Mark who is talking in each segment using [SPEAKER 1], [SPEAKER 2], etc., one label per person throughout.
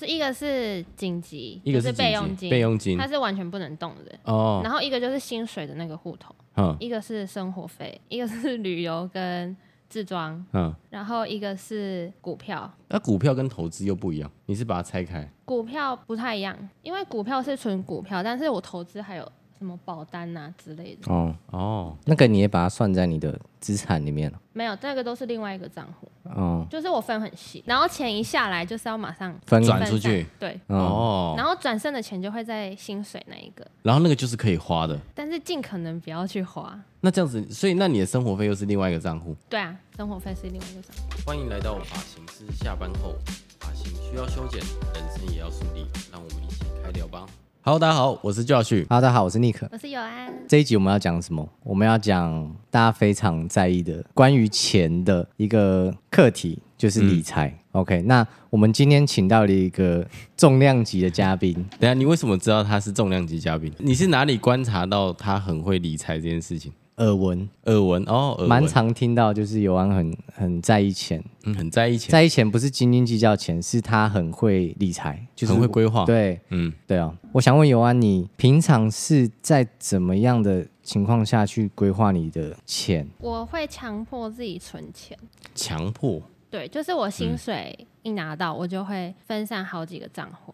[SPEAKER 1] 这一个是紧急，
[SPEAKER 2] 一个
[SPEAKER 1] 就是是备用金，
[SPEAKER 2] 备用金
[SPEAKER 1] 它是完全不能动的。
[SPEAKER 2] 哦，
[SPEAKER 1] 然后一个就是薪水的那个户头，
[SPEAKER 2] 嗯
[SPEAKER 1] 一个是生活费，一个是旅游跟自装，
[SPEAKER 2] 嗯，
[SPEAKER 1] 然后一个是股票。
[SPEAKER 2] 那股票跟投资又不一样，你是把它拆开
[SPEAKER 1] 股票不太一样，因为股票是纯股票，但是我投资还有什么保单啊之类的，
[SPEAKER 3] 哦，
[SPEAKER 2] 哦，
[SPEAKER 3] 那个你也把它算在你的资产里面了。
[SPEAKER 1] 没有，这个都是另外一个账户，
[SPEAKER 3] 哦，
[SPEAKER 1] 就是我分很细，然后钱一下来就是要马上
[SPEAKER 3] 分
[SPEAKER 2] 转
[SPEAKER 1] 分散
[SPEAKER 2] 出去，
[SPEAKER 1] 对，
[SPEAKER 3] 哦，
[SPEAKER 2] 哦，
[SPEAKER 1] 然后转剩的钱就会在薪水那一个，
[SPEAKER 2] 然后那个就是可以花的。
[SPEAKER 1] 但是尽可能不要去花，
[SPEAKER 2] 那这样子，所以那你的生活费又是另外一个账户。
[SPEAKER 1] 对啊，生活费是另外一个账户，
[SPEAKER 2] 欢迎来到发型师下班后，发型需要修剪，人生也要梳理，让我们一起开聊吧。Hello，大家好，我是 Josh。
[SPEAKER 3] 哈喽，大家好，我是尼克。
[SPEAKER 1] 我是有啊安，
[SPEAKER 3] 这一集我们要讲什么？我们要讲大家非常在意的关于钱的一个课题，就是理财。OK，那
[SPEAKER 2] 嗯
[SPEAKER 3] 我们今天请到了一个重量级的嘉宾，
[SPEAKER 2] 等一下，你为什么知道他是重量级嘉宾？你是哪里观察到他很会理财这件事情？
[SPEAKER 3] 耳闻，
[SPEAKER 2] 耳闻哦，耳闻
[SPEAKER 3] 蛮常听到，就是尤安很很在意钱，
[SPEAKER 2] 嗯很在意钱，
[SPEAKER 3] 在意钱不是斤斤计较钱，是他很会理财，就是
[SPEAKER 2] 很会规划。，
[SPEAKER 3] 对
[SPEAKER 2] 嗯，
[SPEAKER 3] 对啊，我想问尤安，你平常是在怎么样的情况下去规划你的钱？
[SPEAKER 1] 我会强迫自己存钱。嗯
[SPEAKER 2] 强迫
[SPEAKER 1] 对，就是我薪水一拿到，我就会分散好几个账户，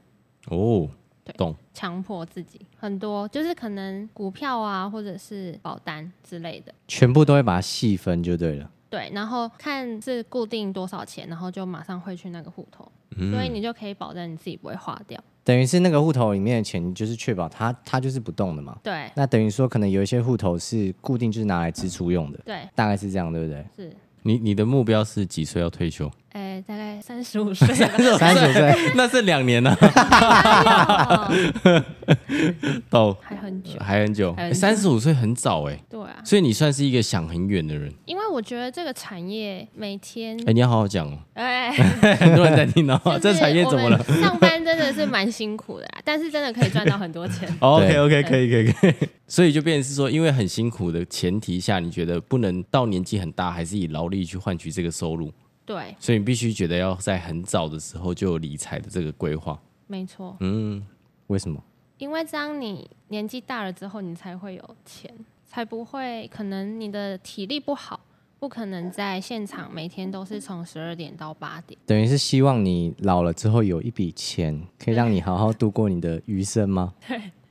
[SPEAKER 2] 哦
[SPEAKER 1] 对，
[SPEAKER 2] 懂
[SPEAKER 1] 强迫自己很多，就是可能股票啊，或者是保单之类的。
[SPEAKER 3] 全部都会把它细分就对了。
[SPEAKER 1] 对，然后看是固定多少钱，然后就马上汇去那个户头，所以你就可以保证你自己不会花掉。
[SPEAKER 3] 等于是那个户头里面的钱，你就是确保它它就是不动的嘛。
[SPEAKER 1] 对
[SPEAKER 3] 那等于说，可能有一些户头是固定，就是拿来支出用的，
[SPEAKER 1] 对，？
[SPEAKER 3] 大概是这样，对 不对
[SPEAKER 1] 是，
[SPEAKER 2] 你你的目标是几岁要退 休？
[SPEAKER 1] 哎，大概三十五 岁吧
[SPEAKER 3] 三十岁，
[SPEAKER 2] 那是两年呢、啊
[SPEAKER 1] 哎呦
[SPEAKER 2] 懂，
[SPEAKER 1] 还很久。
[SPEAKER 2] 还很久哎
[SPEAKER 1] 还。很久
[SPEAKER 2] 三十五岁很早哎、
[SPEAKER 1] 对啊，
[SPEAKER 2] 所以你算是一个想很远的人。
[SPEAKER 1] 因为我觉得这个产业每天
[SPEAKER 2] 哎、你要好好讲哦，
[SPEAKER 1] 哎，
[SPEAKER 2] 很多人在听哦。
[SPEAKER 1] 就
[SPEAKER 2] 这
[SPEAKER 1] 是
[SPEAKER 2] 产业
[SPEAKER 1] 我
[SPEAKER 2] 怎么
[SPEAKER 1] 们
[SPEAKER 2] 了
[SPEAKER 1] 上班真的是蛮辛苦的啦，但是真的可以赚到很多钱。
[SPEAKER 2] ？OK OK，
[SPEAKER 1] 对
[SPEAKER 2] 哦可以可以可以。所以就变成是说，因为很辛苦的前提下，你觉得不能到年纪很大，还是以劳力去换取这个收入，
[SPEAKER 1] 对，
[SPEAKER 2] 所以你必须觉得要在很早的时候就有理财的这个规划。
[SPEAKER 1] 没错，
[SPEAKER 2] 嗯，
[SPEAKER 3] 为什么？
[SPEAKER 1] 因为这样你年纪大了之后，你才会有钱，才不会可能你的体力不好，不可能在现场每天都是从十二点到八点。
[SPEAKER 3] 等于是希望你老了之后有一笔钱，可以让你好好度过你的余生吗？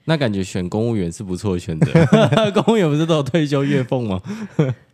[SPEAKER 2] 那感觉选公务员是不错的 选择。公务员不是都有退休月俸吗？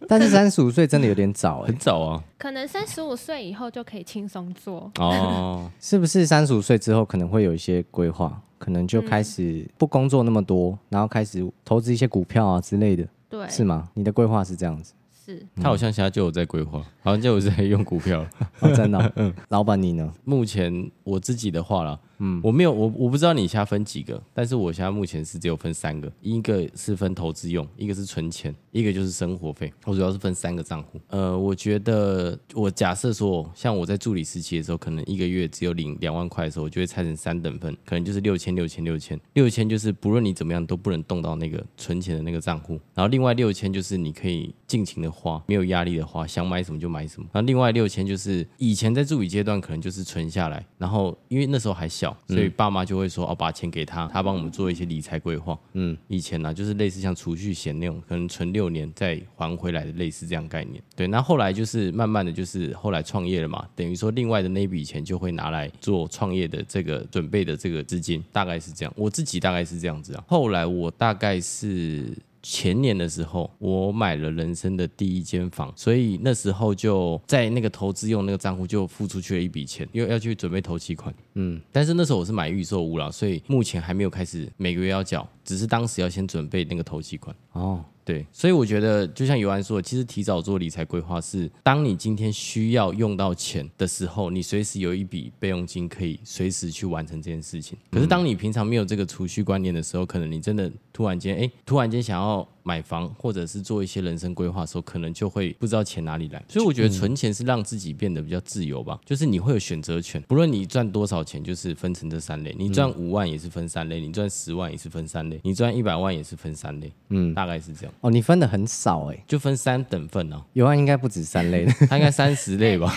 [SPEAKER 3] 但是三十五岁真的有点早哎、
[SPEAKER 2] 很早啊。
[SPEAKER 1] 可能三十五岁以后就可以轻松做，
[SPEAKER 2] 哦，
[SPEAKER 3] 是不是三十五岁之后可能会有一些规划，可能就开始不工作那么多，然后开始投资一些股票啊之类的，
[SPEAKER 1] 对，
[SPEAKER 3] 是吗？你的规划是这样子？
[SPEAKER 1] 是
[SPEAKER 2] 他好像现在就有在规划，好像就有在用股票。
[SPEAKER 3] 哦、真的哦、老板你呢？
[SPEAKER 2] 目前我自己的话啦，嗯，我没有，我我不知道你现在分几个，但是我现在目前是只有分三个，一个是分投资用，一个是存钱，一个就是生活费。我主要是分三个账户。呃，我觉得我假设说，像我在助理时期的时候，可能一个月只有领两万块的时候，我就会拆成三等份，可能就是六千、六千、六千，六千就是不论你怎么样都不能动到那个存钱的那个账户，然后另外六千就是你可以尽情的花，没有压力的花，想买什么就买什么。然后另外六千就是以前在助理阶段可能就是存下来，然后因为那时候还小，所以爸妈就会说哦，把钱给他，他帮我们做一些理财规划。嗯，以前呢、就是类似像储蓄险那种，可能存六年再还回来的类似这样概念。对，那后来就是慢慢的就是后来创业了嘛，等于说另外的那笔钱就会拿来做创业的这个准备的这个资金，大概是这样。我自己大概是这样子啊。后来我大概是前年的时候，我买了人生的第一间房，所以那时候就在那个投资用那个账户就付出去了一笔钱，因为要去准备投期款。嗯，但是那时候我是买预售屋啦，所以目前还没有开始每个月要缴，只是当时要先准备那个投期款。
[SPEAKER 3] 哦，
[SPEAKER 2] 对，所以我觉得就像尤安说的，其实提早做理财规划是，当你今天需要用到钱的时候，你随时有一笔备用金可以随时去完成这件事情。可是当你平常没有这个储蓄观念的时候，可能你真的突然间，哎，突然间想要买房或者是做一些人生规划的时候，可能就会不知道钱哪里来。所以我觉得存钱是让自己变得比较自由吧，就是你会有选择权，不论你赚多少钱，就是分成这三类，你赚五万也是分三类，你赚十万也是分三类，你赚一百万也是分三类，嗯，大概是这样。
[SPEAKER 3] 哦，你分的很少哎、
[SPEAKER 2] 就分三等份哦、
[SPEAKER 3] 有啊，应该不止三类的。
[SPEAKER 2] 它应该三十类吧？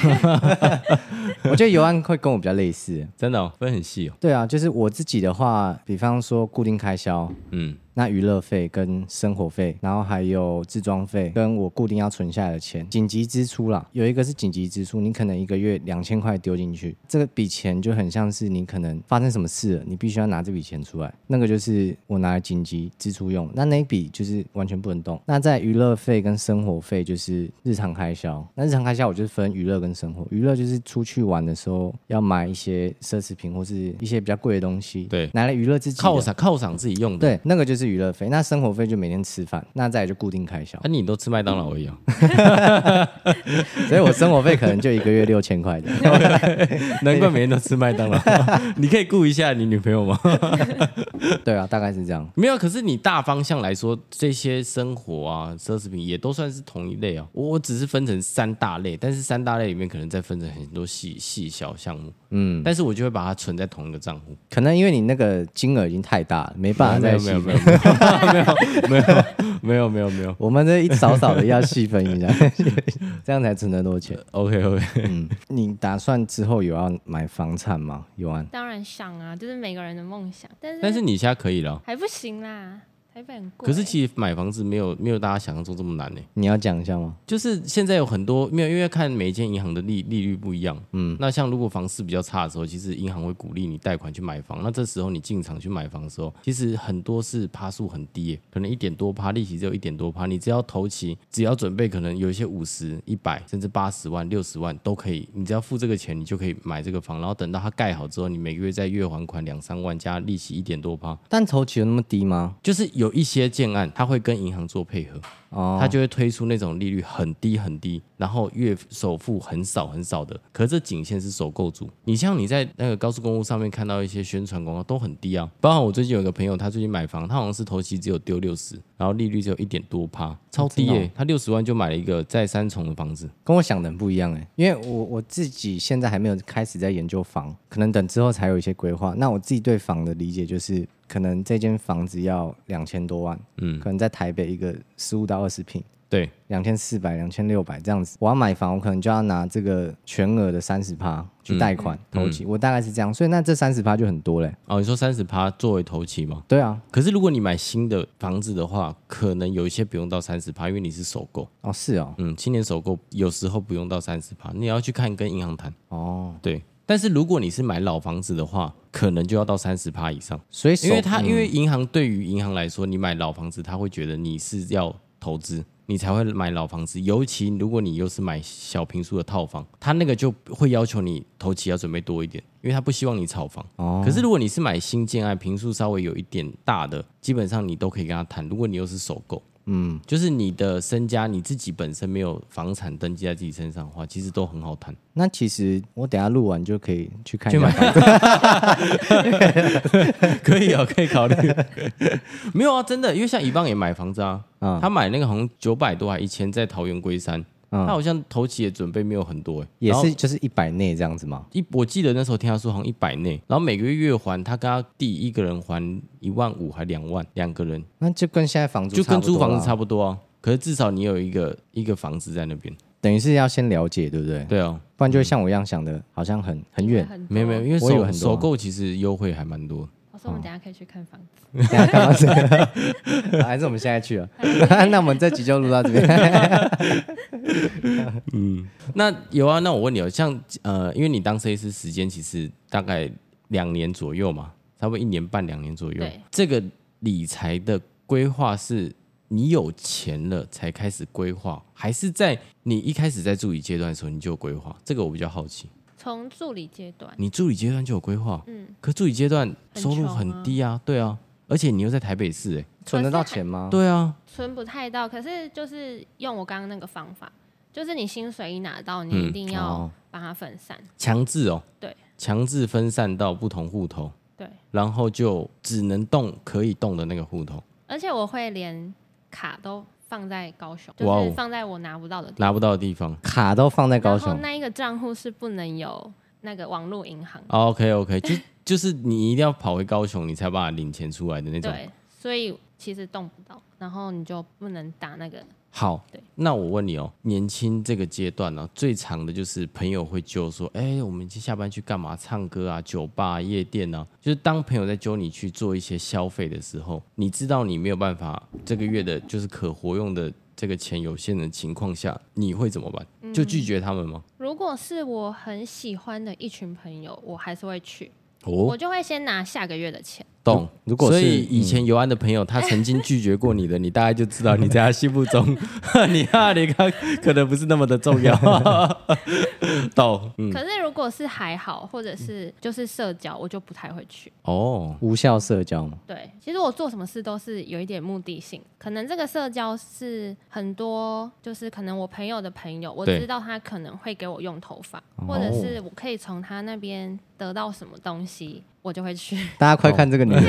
[SPEAKER 3] 我觉得尤安会跟我比较类似。
[SPEAKER 2] 真的、哦、分很细哦。
[SPEAKER 3] 对啊，就是我自己的话，比方说固定开销，
[SPEAKER 2] 嗯，
[SPEAKER 3] 那娱乐费跟生活费，然后还有自装费，跟我固定要存下来的钱，紧急支出啦，有一个是紧急支出，你可能一个月两千块丢进去，这个笔钱就很像是你可能发生什么事了，你必须要拿这笔钱出来，那个就是我拿来紧急支出用，那那一笔就是完全不能动。那在娱乐费跟生活费就是日常开销，那日常开销我就是分娱乐跟生活，娱乐就是出去玩的时候要买一些奢侈品或是一些比较贵的东西，
[SPEAKER 2] 对
[SPEAKER 3] 拿来娱乐自己的。
[SPEAKER 2] 犒赏犒赏自己用的。
[SPEAKER 3] 对，那个就是娱乐费，那生活费就每天吃饭，那再来就固定开销
[SPEAKER 2] 啊，，你都吃麦当劳而已 啊，
[SPEAKER 3] 所以我生活费可能就一个月六千 块的。
[SPEAKER 2] 难怪每天都吃麦 当劳。你可以顾一下你女朋友 吗？
[SPEAKER 3] 对啊，大概是这样。
[SPEAKER 2] 没有，可是你大方向来说，这些生活啊、奢侈品也都算是同一类啊。我我只是分成三大类，但是三大类里面可能再分成很多细细小项目。嗯，但是我就会把它存在同一个账户。
[SPEAKER 3] 可能因为你那个金额已经太大了，没办法
[SPEAKER 2] 没
[SPEAKER 3] 再
[SPEAKER 2] 有
[SPEAKER 3] 细
[SPEAKER 2] 没有没
[SPEAKER 3] 分。
[SPEAKER 2] 有没有 没有没有没有没有
[SPEAKER 3] 我们这一少少的要细分一下， 这样才存得多 钱。
[SPEAKER 2] ，OK OK。
[SPEAKER 3] 嗯，你打算之后有要买房产吗？有啊，
[SPEAKER 1] 当然想啊，就是每个人的梦想，但
[SPEAKER 2] 但
[SPEAKER 1] 是
[SPEAKER 2] 是你现在可以了，
[SPEAKER 1] 还不行啦，台北很贵。
[SPEAKER 2] 可是其实买房子没有没有大家想象中这么难呢、
[SPEAKER 3] 你要讲一下吗？
[SPEAKER 2] 就是现在有很多没有，因为看每一间银行的利利率不一样，嗯，那像如果房市比较差的时候，其实银行会鼓励你贷款去买房，那这时候你进场去买房的时候，其实很多是趴数很低耶，可能一点多趴，利息只有一点多趴，你只要投期，只要准备，可能有一些五十、一百甚至八十万、六十万都可以，你只要付这个钱，你就可以买这个房，然后等到它盖好之后，你每个月再月还款两三万加利息一点多趴，
[SPEAKER 3] 但头期有那么低吗？
[SPEAKER 2] 就是有一些建案，它会跟银行做配合，
[SPEAKER 3] 哦，
[SPEAKER 2] 它就会推出那种利率很低很低，然后月首付很少很少的，可是这仅限是首购族。你像你在那个高速公路上面看到一些宣传广告都很低啊，包括我最近有一个朋友，他最近买房，他好像是头期只有丢六十，然后利率只有一点多趴，超低耶、
[SPEAKER 3] 真的哦
[SPEAKER 2] 他六十万就买了一个在三重的房子，
[SPEAKER 3] 跟我想的很不一样哎、因为我我自己现在还没有开始在研究房，可能等之后才有一些规划。那我自己对房的理解就是，可能这间房子要两千多万，
[SPEAKER 2] 嗯
[SPEAKER 3] 可能在台北一个十五到二十平，
[SPEAKER 2] 对，
[SPEAKER 3] 两千四百、两千六百这样子。我要买房，我可能就要拿这个全额的三十趴
[SPEAKER 2] 嗯
[SPEAKER 3] 去贷款、投期，我大概是这样。所以那这三十趴就很多嘞、
[SPEAKER 2] 哦，你说三十趴作为头期吗？
[SPEAKER 3] 对啊，
[SPEAKER 2] 可是如果你买新的房子的话，可能有一些不用到三十趴，因为你是首购，
[SPEAKER 3] 哦是哦，
[SPEAKER 2] 嗯，青年首购有时候不用到三十趴，你要去看跟银行谈。
[SPEAKER 3] 哦，
[SPEAKER 2] 对，但是如果你是买老房子的话，可能就要到三十趴以上，
[SPEAKER 3] 所以
[SPEAKER 2] 因为
[SPEAKER 3] 首
[SPEAKER 2] 它、
[SPEAKER 3] 嗯
[SPEAKER 2] 因为银行对于银行来说，你买老房子，他会觉得你是要投资。你才会买老房子，尤其如果你又是买小平数的套房，他那个就会要求你头期要准备多一点，因为他不希望你炒房。
[SPEAKER 3] 哦
[SPEAKER 2] 可是如果你是买新建案，平数稍微有一点大的，基本上你都可以跟他谈。如果你又是首购，
[SPEAKER 3] 嗯
[SPEAKER 2] 就是你的身家你自己本身没有房产登记在自己身上的话，其实都很好谈。
[SPEAKER 3] 那其实我等一下录完就可以去看一
[SPEAKER 2] 去
[SPEAKER 3] 下
[SPEAKER 2] 买
[SPEAKER 3] 房子，
[SPEAKER 2] 可以啊，可以考虑。 没有啊，真的，因为像以棒也买房子啊，
[SPEAKER 3] 嗯
[SPEAKER 2] 他买那个好像九百多还一千，在桃园龟山，
[SPEAKER 3] 嗯
[SPEAKER 2] 他好像头期也准备没有很多、欸，
[SPEAKER 3] 也
[SPEAKER 2] 然后
[SPEAKER 3] 是就是一百内这样子吗？
[SPEAKER 2] 一，我记得那时候听他说好像一百内，然后每个月月还，他跟他弟一个人还一万五还两万，两个人
[SPEAKER 3] 那就跟现在房租
[SPEAKER 2] 就跟租房子
[SPEAKER 3] 差不多啦，
[SPEAKER 2] 差不多啊。可是至少你有一个一个房子在那边，
[SPEAKER 3] 等于是要先了解，对不对？
[SPEAKER 2] 对啊，
[SPEAKER 3] 不然就会像我一样想的，好像很很 远。
[SPEAKER 1] 很多
[SPEAKER 2] 没有没有，，因为
[SPEAKER 3] 我有
[SPEAKER 2] 首
[SPEAKER 3] 很多啊
[SPEAKER 2] 首购其实优惠还蛮多，
[SPEAKER 1] 我说我们等一下可以去看房子，
[SPEAKER 3] 等一下干嘛这样还是我们现在 去啊？那我们这 集就录到这边。
[SPEAKER 2] 那有啊，那我问你哦，像呃，因为你当设计师时间其实大概两年左右嘛，差不多一年半两年左右
[SPEAKER 1] 对。
[SPEAKER 2] 这个理财的规划是你有钱了才开始规划，还是在你一开始在助理阶段的时候你就有规划？这个我比较好奇。
[SPEAKER 1] 从助理阶段，
[SPEAKER 2] 你助理阶段就有规划，
[SPEAKER 1] 嗯，
[SPEAKER 2] 可助理阶段
[SPEAKER 1] 很
[SPEAKER 2] 收入很低啊，对啊，而且你又在台北市、欸，
[SPEAKER 3] 存得到钱吗？
[SPEAKER 2] 对啊，
[SPEAKER 1] 存不太到，可是就是用我刚刚那个方法，就是你薪水一拿到，
[SPEAKER 2] 嗯
[SPEAKER 1] 你一定要
[SPEAKER 3] 哦
[SPEAKER 1] 把它分散，
[SPEAKER 2] 强制哦，
[SPEAKER 1] 对，
[SPEAKER 2] 强制分散到不同户头，
[SPEAKER 1] 对，
[SPEAKER 2] 然后就只能动可以动的那个户头。
[SPEAKER 1] 而且我会连卡都放在高雄，
[SPEAKER 2] 哇
[SPEAKER 1] 就
[SPEAKER 2] 哦
[SPEAKER 1] 是放在我拿不到的地方。
[SPEAKER 2] 拿不到的地方。
[SPEAKER 3] 卡都放在高
[SPEAKER 1] 然后
[SPEAKER 3] 雄，
[SPEAKER 1] 那一个账户是不能有那个网络银行，
[SPEAKER 2] OK OK，就哦就是你一定要跑回高雄，你才把它领钱出来的那种。
[SPEAKER 1] 对，所以其实动不到，然后你就不能打那个
[SPEAKER 2] 好
[SPEAKER 1] 对，
[SPEAKER 2] 那我问你哦，年轻这个阶段呢、最长的就是朋友会揪说，哎、我们今天下班去干嘛？唱歌啊，酒吧、啊、夜店啊。就是当朋友在揪你去做一些消费的时候，你知道你没有办法这个月的，就是可活用的这个钱有限的情况下，你会怎么办？就拒绝他们吗？
[SPEAKER 1] 如果是我很喜欢的一群朋友，我还是会去，我
[SPEAKER 2] 哦，
[SPEAKER 1] 就会先拿下个月的钱。
[SPEAKER 2] 懂。
[SPEAKER 3] 如果是
[SPEAKER 2] 所以以前尤安的朋友，他曾经拒绝过你的，你 大概就知道你在他心目中， 你啊，你看可能不是那么的重要。 懂。嗯。
[SPEAKER 1] 可是如果是还好，或者是就是社交，我就不太会去。
[SPEAKER 2] 哦。
[SPEAKER 3] 无效社交嘛，
[SPEAKER 1] 对，其实我做什么事都是有一点目的性，可能这个社交是很多，就是可能我朋友的朋友，我
[SPEAKER 2] 对哦
[SPEAKER 1] 知道他可能会给我用头发，或者是我可以从他那边得到什么东西，我就会 去。
[SPEAKER 3] 大家快看这个女人，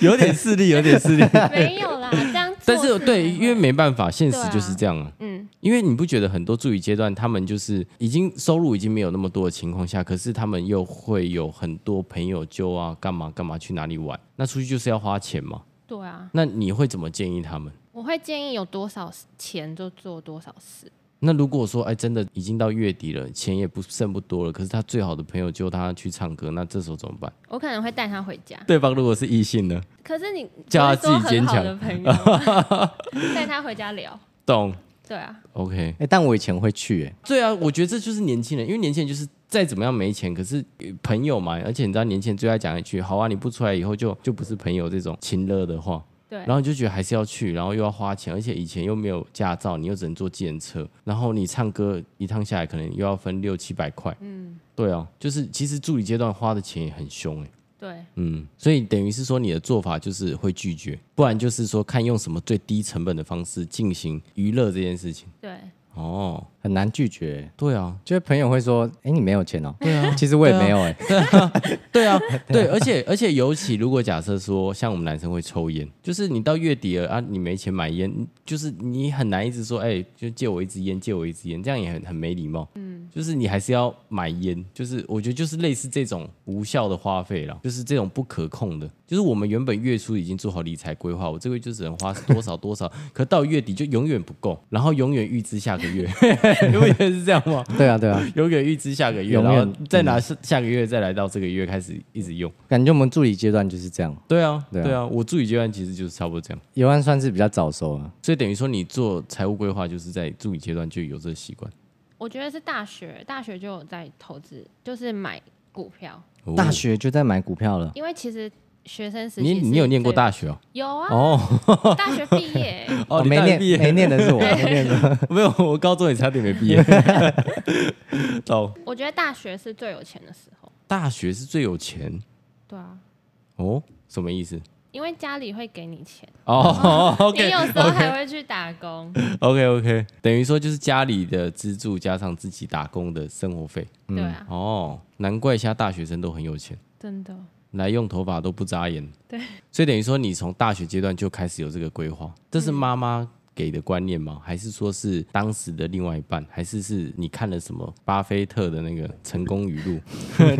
[SPEAKER 2] 有点势力，有点势力。
[SPEAKER 1] 没有啦，这样做
[SPEAKER 2] 但是
[SPEAKER 1] 才
[SPEAKER 2] 对，
[SPEAKER 1] 会
[SPEAKER 2] 因为没办法，现实
[SPEAKER 1] 对啊
[SPEAKER 2] 就是这样啊。
[SPEAKER 1] 嗯，
[SPEAKER 2] 因为你不觉得很多助理阶段，他们就是已经收入已经没有那么多的情况下，可是他们又会有很多朋友揪啊，干嘛干嘛去哪里玩？那出去就是要花钱嘛。
[SPEAKER 1] 对啊，
[SPEAKER 2] 那你会怎么建议他们？
[SPEAKER 1] 我会建议有多少钱就做多少事。
[SPEAKER 2] 那如果说哎，真的已经到月底了，钱也不剩不多了，可是他最好的朋友揪他去唱歌，那这时候怎么办？
[SPEAKER 1] 我可能会带他回家，
[SPEAKER 2] 对方如果是异性呢？
[SPEAKER 1] 可是你
[SPEAKER 2] 叫他自己
[SPEAKER 1] 不是说很好
[SPEAKER 2] 坚强
[SPEAKER 1] 的朋 友吗 带他回家聊，
[SPEAKER 2] 懂
[SPEAKER 1] 对啊，
[SPEAKER 2] ？OK，
[SPEAKER 3] 哎，但我以前会去，哎，
[SPEAKER 2] 对啊，我觉得这就是年轻人，因为年轻人就是再怎么样没钱，可是呃朋友嘛，而且你知道年轻人最爱讲一句“好啊，你不出来以后就就不是朋友”这种亲热的话，
[SPEAKER 1] 对
[SPEAKER 2] 然，后你就觉得还是要去，然后又要花钱，而且以前又没有驾照，你又只能坐计程车，然后你唱歌一趟下来可能又要分六七百块，嗯，对啊，就是其实助理阶段花的钱也很凶哎、
[SPEAKER 1] 对。
[SPEAKER 2] 嗯，所以等于是说你的做法就是会拒绝，不然就是说看用什么最低成本的方式进行娱乐这件事情。
[SPEAKER 1] 对，
[SPEAKER 2] 哦，
[SPEAKER 3] 很难拒绝，哎
[SPEAKER 2] 对啊，
[SPEAKER 3] 就是朋友会说，哎，你没有钱哦，对啊， 其实我也没有，哎，
[SPEAKER 2] 对啊，对，而且而且尤其如果假设说，像我们男生会抽烟，就是你到月底了啊，你没钱买烟，就是你很难一直说，哎、就借我一支烟，借我一支烟，这样也很很没礼貌。嗯，就是你还是要买烟，就是我觉得就是类似这种无效的花费啦，就是这种不可控的，就是我们原本月初已经做好理财规划，我这个月就只能花多少多少，可到月底就永远不够，然后永远预支下个月， 永远是这样吗？
[SPEAKER 3] 对啊，对 啊，
[SPEAKER 2] 永远预嗯支下个月，
[SPEAKER 3] 永
[SPEAKER 2] 然
[SPEAKER 3] 远
[SPEAKER 2] 后再拿下下个月再来到这个月开始一直用。
[SPEAKER 3] 感觉我们助理阶段就是这样，
[SPEAKER 2] 对啊，
[SPEAKER 3] 对啊
[SPEAKER 2] 对啊，我助理阶段其实就是差不多这样，
[SPEAKER 3] 尤安算是比较早熟啊，
[SPEAKER 2] 所以等于说你做财务规划就是在助理阶段就有这个习惯。
[SPEAKER 1] 我觉得是大学，大学就有在投资，就是买股票，
[SPEAKER 2] 哦
[SPEAKER 3] 大学就在买股票了，
[SPEAKER 1] 因为其实学生时期是
[SPEAKER 2] 你你有念过
[SPEAKER 1] 最
[SPEAKER 2] 大学哦？
[SPEAKER 1] 有啊，
[SPEAKER 2] 哦
[SPEAKER 1] 大学毕业
[SPEAKER 2] 哦，你
[SPEAKER 3] 没
[SPEAKER 2] 大学
[SPEAKER 3] 念
[SPEAKER 2] 毕业
[SPEAKER 3] 没念的 是我，没念的
[SPEAKER 2] 没有？我高中也差点没毕 业。懂，
[SPEAKER 1] 我觉得大学是最有钱的时候。
[SPEAKER 2] 大学是最有钱
[SPEAKER 1] 对啊，
[SPEAKER 2] 哦？什么意思？
[SPEAKER 1] 因为家里会给你钱，
[SPEAKER 2] 哦
[SPEAKER 1] 你
[SPEAKER 2] ，OK
[SPEAKER 1] 有时候还会去打工。
[SPEAKER 2] OK OK，等于说就是家里的资助加上自己打工的生活费。
[SPEAKER 1] 对啊，
[SPEAKER 2] 哦，难怪现在大学生都很有钱。
[SPEAKER 1] 真的。
[SPEAKER 2] 来用头发都不扎眼。
[SPEAKER 1] 对，
[SPEAKER 2] 所以等于说你从大学阶段就开始有这个规划，这是妈妈给的观念吗？还是说是当时的另外一半？还是是你看了什么巴菲特的那个成功语 录？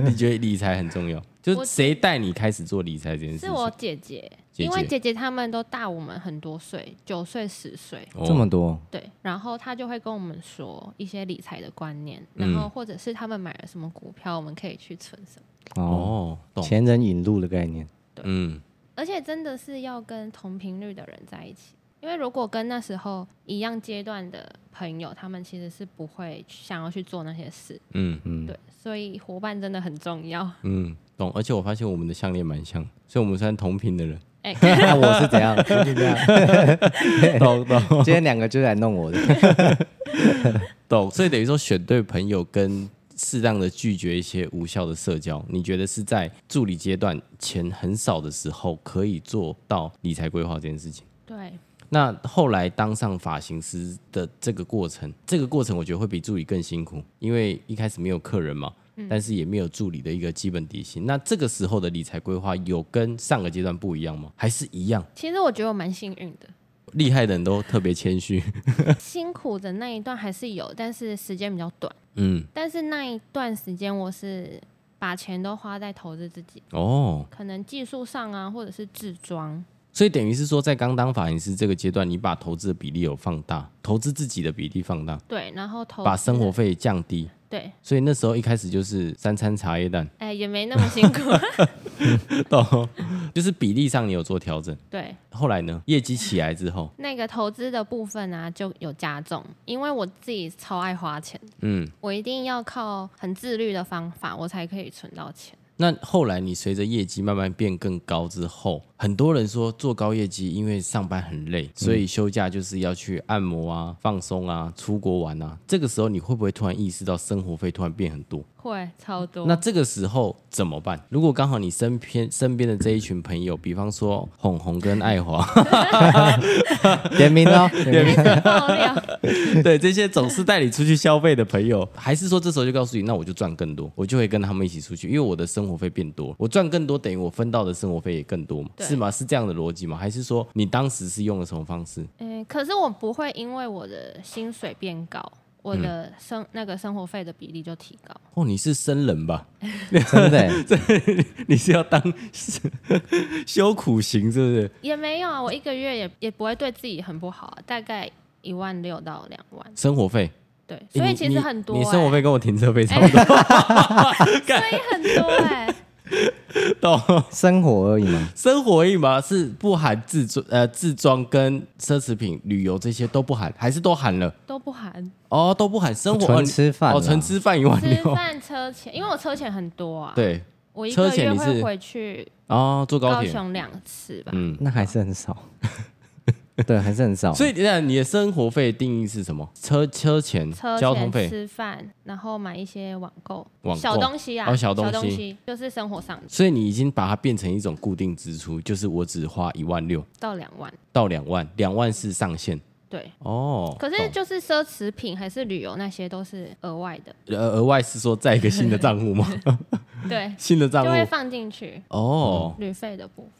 [SPEAKER 2] 你觉得理财很重要？就是
[SPEAKER 1] 我
[SPEAKER 2] 谁带你开始做理财这件事
[SPEAKER 1] 是
[SPEAKER 2] 情？
[SPEAKER 1] 我姐姐，
[SPEAKER 2] 姐
[SPEAKER 1] 因为姐姐她们都大我们很多岁，九岁、十岁，
[SPEAKER 2] 哦
[SPEAKER 3] 这么多，
[SPEAKER 1] 对。然后她就会跟我们说一些理财的观念，然
[SPEAKER 2] 嗯
[SPEAKER 1] 后或者是他们买了什么股票，我们可以去存什么。
[SPEAKER 3] 哦，
[SPEAKER 2] 哦，懂，
[SPEAKER 3] 前人引路的概念，
[SPEAKER 2] 嗯，
[SPEAKER 1] 而且真的是要跟同频率的人在一起，因为如果跟那时候一样阶段的朋友，他们其实是不会想要去做那些事，
[SPEAKER 2] 嗯
[SPEAKER 3] 嗯，
[SPEAKER 1] 对，所以伙伴真的很重 要。
[SPEAKER 2] 嗯，懂。而且我发现我们的项链蛮像，所以我们算同频的人。
[SPEAKER 1] 哎、
[SPEAKER 3] 那我是怎样？我是怎样
[SPEAKER 2] 懂懂。
[SPEAKER 3] 今天两个就来弄我的，
[SPEAKER 2] 懂，所以等于说选对朋友跟适当的拒绝一些无效的社交，你觉得是在助理阶段钱很少的时候可以做到理财规划这件事情？
[SPEAKER 1] 对，
[SPEAKER 2] 那后来当上发型师的这个过程，这个过程我觉得会比助理更辛苦，因为一开始没有客人嘛，但是也没有助理的一个基本底薪。那这个时候的理财规划有跟上个阶段不一样吗？还是一样？
[SPEAKER 1] 其实我觉得我蛮幸运的，
[SPEAKER 2] 厉害的人都特别谦虚，
[SPEAKER 1] 辛苦的那一段还是有，但是时间比较短。
[SPEAKER 2] 嗯，
[SPEAKER 1] 但是那一段时间我是把钱都花在投资自己，
[SPEAKER 2] 哦，
[SPEAKER 1] 可能技术上啊，或者是制装，
[SPEAKER 2] 所以等于是说，在刚当法银师这个阶段，你把投资的比例有放大，投资自己的比例放大，
[SPEAKER 1] 对，然后投
[SPEAKER 2] 把
[SPEAKER 1] 资
[SPEAKER 2] 生活费降低。
[SPEAKER 1] 对，
[SPEAKER 2] 所以那时候一开始就是三餐茶叶蛋，
[SPEAKER 1] 哎、也没那么辛 苦，
[SPEAKER 2] 到就是比例上你有做调整。
[SPEAKER 1] 对。
[SPEAKER 2] 后来呢，业绩起来之后，
[SPEAKER 1] 那个投资的部分啊，就有加重，因为我自己超爱花钱，
[SPEAKER 2] 嗯，
[SPEAKER 1] 我一定要靠很自律的方法，我才可以存到钱。
[SPEAKER 2] 那后来你随着业绩慢慢变更高之后，很多人说做高业绩，因为上班很累，所以休假就是要去按摩啊、放松啊、出国玩啊。这个时候你会不会突然意识到生活费突然变很多？
[SPEAKER 1] 会超多，
[SPEAKER 2] 那这个时候怎么办？如果刚好你身边身边的这一群朋友，比方说红红跟爱华，
[SPEAKER 3] 点名哦，点名
[SPEAKER 1] 爆料，
[SPEAKER 2] 对这些总是带你出去消费的朋友，还是说这时候就告诉你，那我就赚更多，我就会跟他们一起出去，因为我的生活费变多，我赚更多等于我分到的生活费也更多嘛，
[SPEAKER 1] 对
[SPEAKER 2] 是吗？是这样的逻辑吗？还是说你当时是用了什么方式？
[SPEAKER 1] 嗯，可是我不会因为我的薪水变高，我
[SPEAKER 2] 嗯
[SPEAKER 1] 的生、那个生活费的比例就提高。
[SPEAKER 2] 哦，你是生人吧？
[SPEAKER 3] 真的耶，
[SPEAKER 2] 你是要当 修苦行是不是？
[SPEAKER 1] 也没有啊，我一个月也也不会对自己很不好啊、大概一万六到两万，
[SPEAKER 2] 生活费，
[SPEAKER 1] 对，
[SPEAKER 2] 诶
[SPEAKER 1] 所以
[SPEAKER 2] 你
[SPEAKER 1] 其实很多、欸
[SPEAKER 2] 你，你生活费跟我停车费 差不多，
[SPEAKER 1] 所以很多哎、
[SPEAKER 2] 懂吗
[SPEAKER 3] 生活而已嘛。
[SPEAKER 2] 生活而已嘛，是不含自装呃自装跟奢侈品、旅游这些都不含，还是都含了？
[SPEAKER 1] 都不 含
[SPEAKER 2] 哦，都不含生活，
[SPEAKER 3] 纯
[SPEAKER 2] 哦你
[SPEAKER 3] 吃饭
[SPEAKER 2] 哦，
[SPEAKER 3] 啦
[SPEAKER 2] 纯吃饭一万
[SPEAKER 1] 吃
[SPEAKER 2] 六，
[SPEAKER 1] 饭车钱，因为我车钱很多啊，，
[SPEAKER 2] 对，
[SPEAKER 1] 我一
[SPEAKER 2] 车
[SPEAKER 1] 个
[SPEAKER 2] 钱
[SPEAKER 1] 月
[SPEAKER 2] 你是
[SPEAKER 1] 会回去
[SPEAKER 2] 哦，坐高
[SPEAKER 1] 高
[SPEAKER 2] 铁，
[SPEAKER 1] 雄两次吧，
[SPEAKER 2] 嗯，
[SPEAKER 3] 那还是很 少，对，还是很少。
[SPEAKER 2] 所以那你的生活费定义是什么？车车钱、
[SPEAKER 1] 车
[SPEAKER 2] 交通
[SPEAKER 1] 钱、
[SPEAKER 2] 费，
[SPEAKER 1] 吃饭，然后买一些网购
[SPEAKER 2] 网购
[SPEAKER 1] 小东西啊，
[SPEAKER 2] 哦小
[SPEAKER 1] 小
[SPEAKER 2] 东西
[SPEAKER 1] 就是生活上的
[SPEAKER 2] 所以你已经把它变成一种固定支出，就是我只花一万六
[SPEAKER 1] 到两万，
[SPEAKER 2] 到两万，两万是上限
[SPEAKER 1] 对。
[SPEAKER 2] 哦。
[SPEAKER 1] 可是
[SPEAKER 2] 懂
[SPEAKER 1] 就是奢侈品还是旅游那些都是额外的，
[SPEAKER 2] 呃额外是说在一个新的账户吗？
[SPEAKER 1] 对，
[SPEAKER 2] 新的账
[SPEAKER 1] 就会
[SPEAKER 2] 户
[SPEAKER 1] 放进去
[SPEAKER 2] 哦，
[SPEAKER 1] 旅费的部分。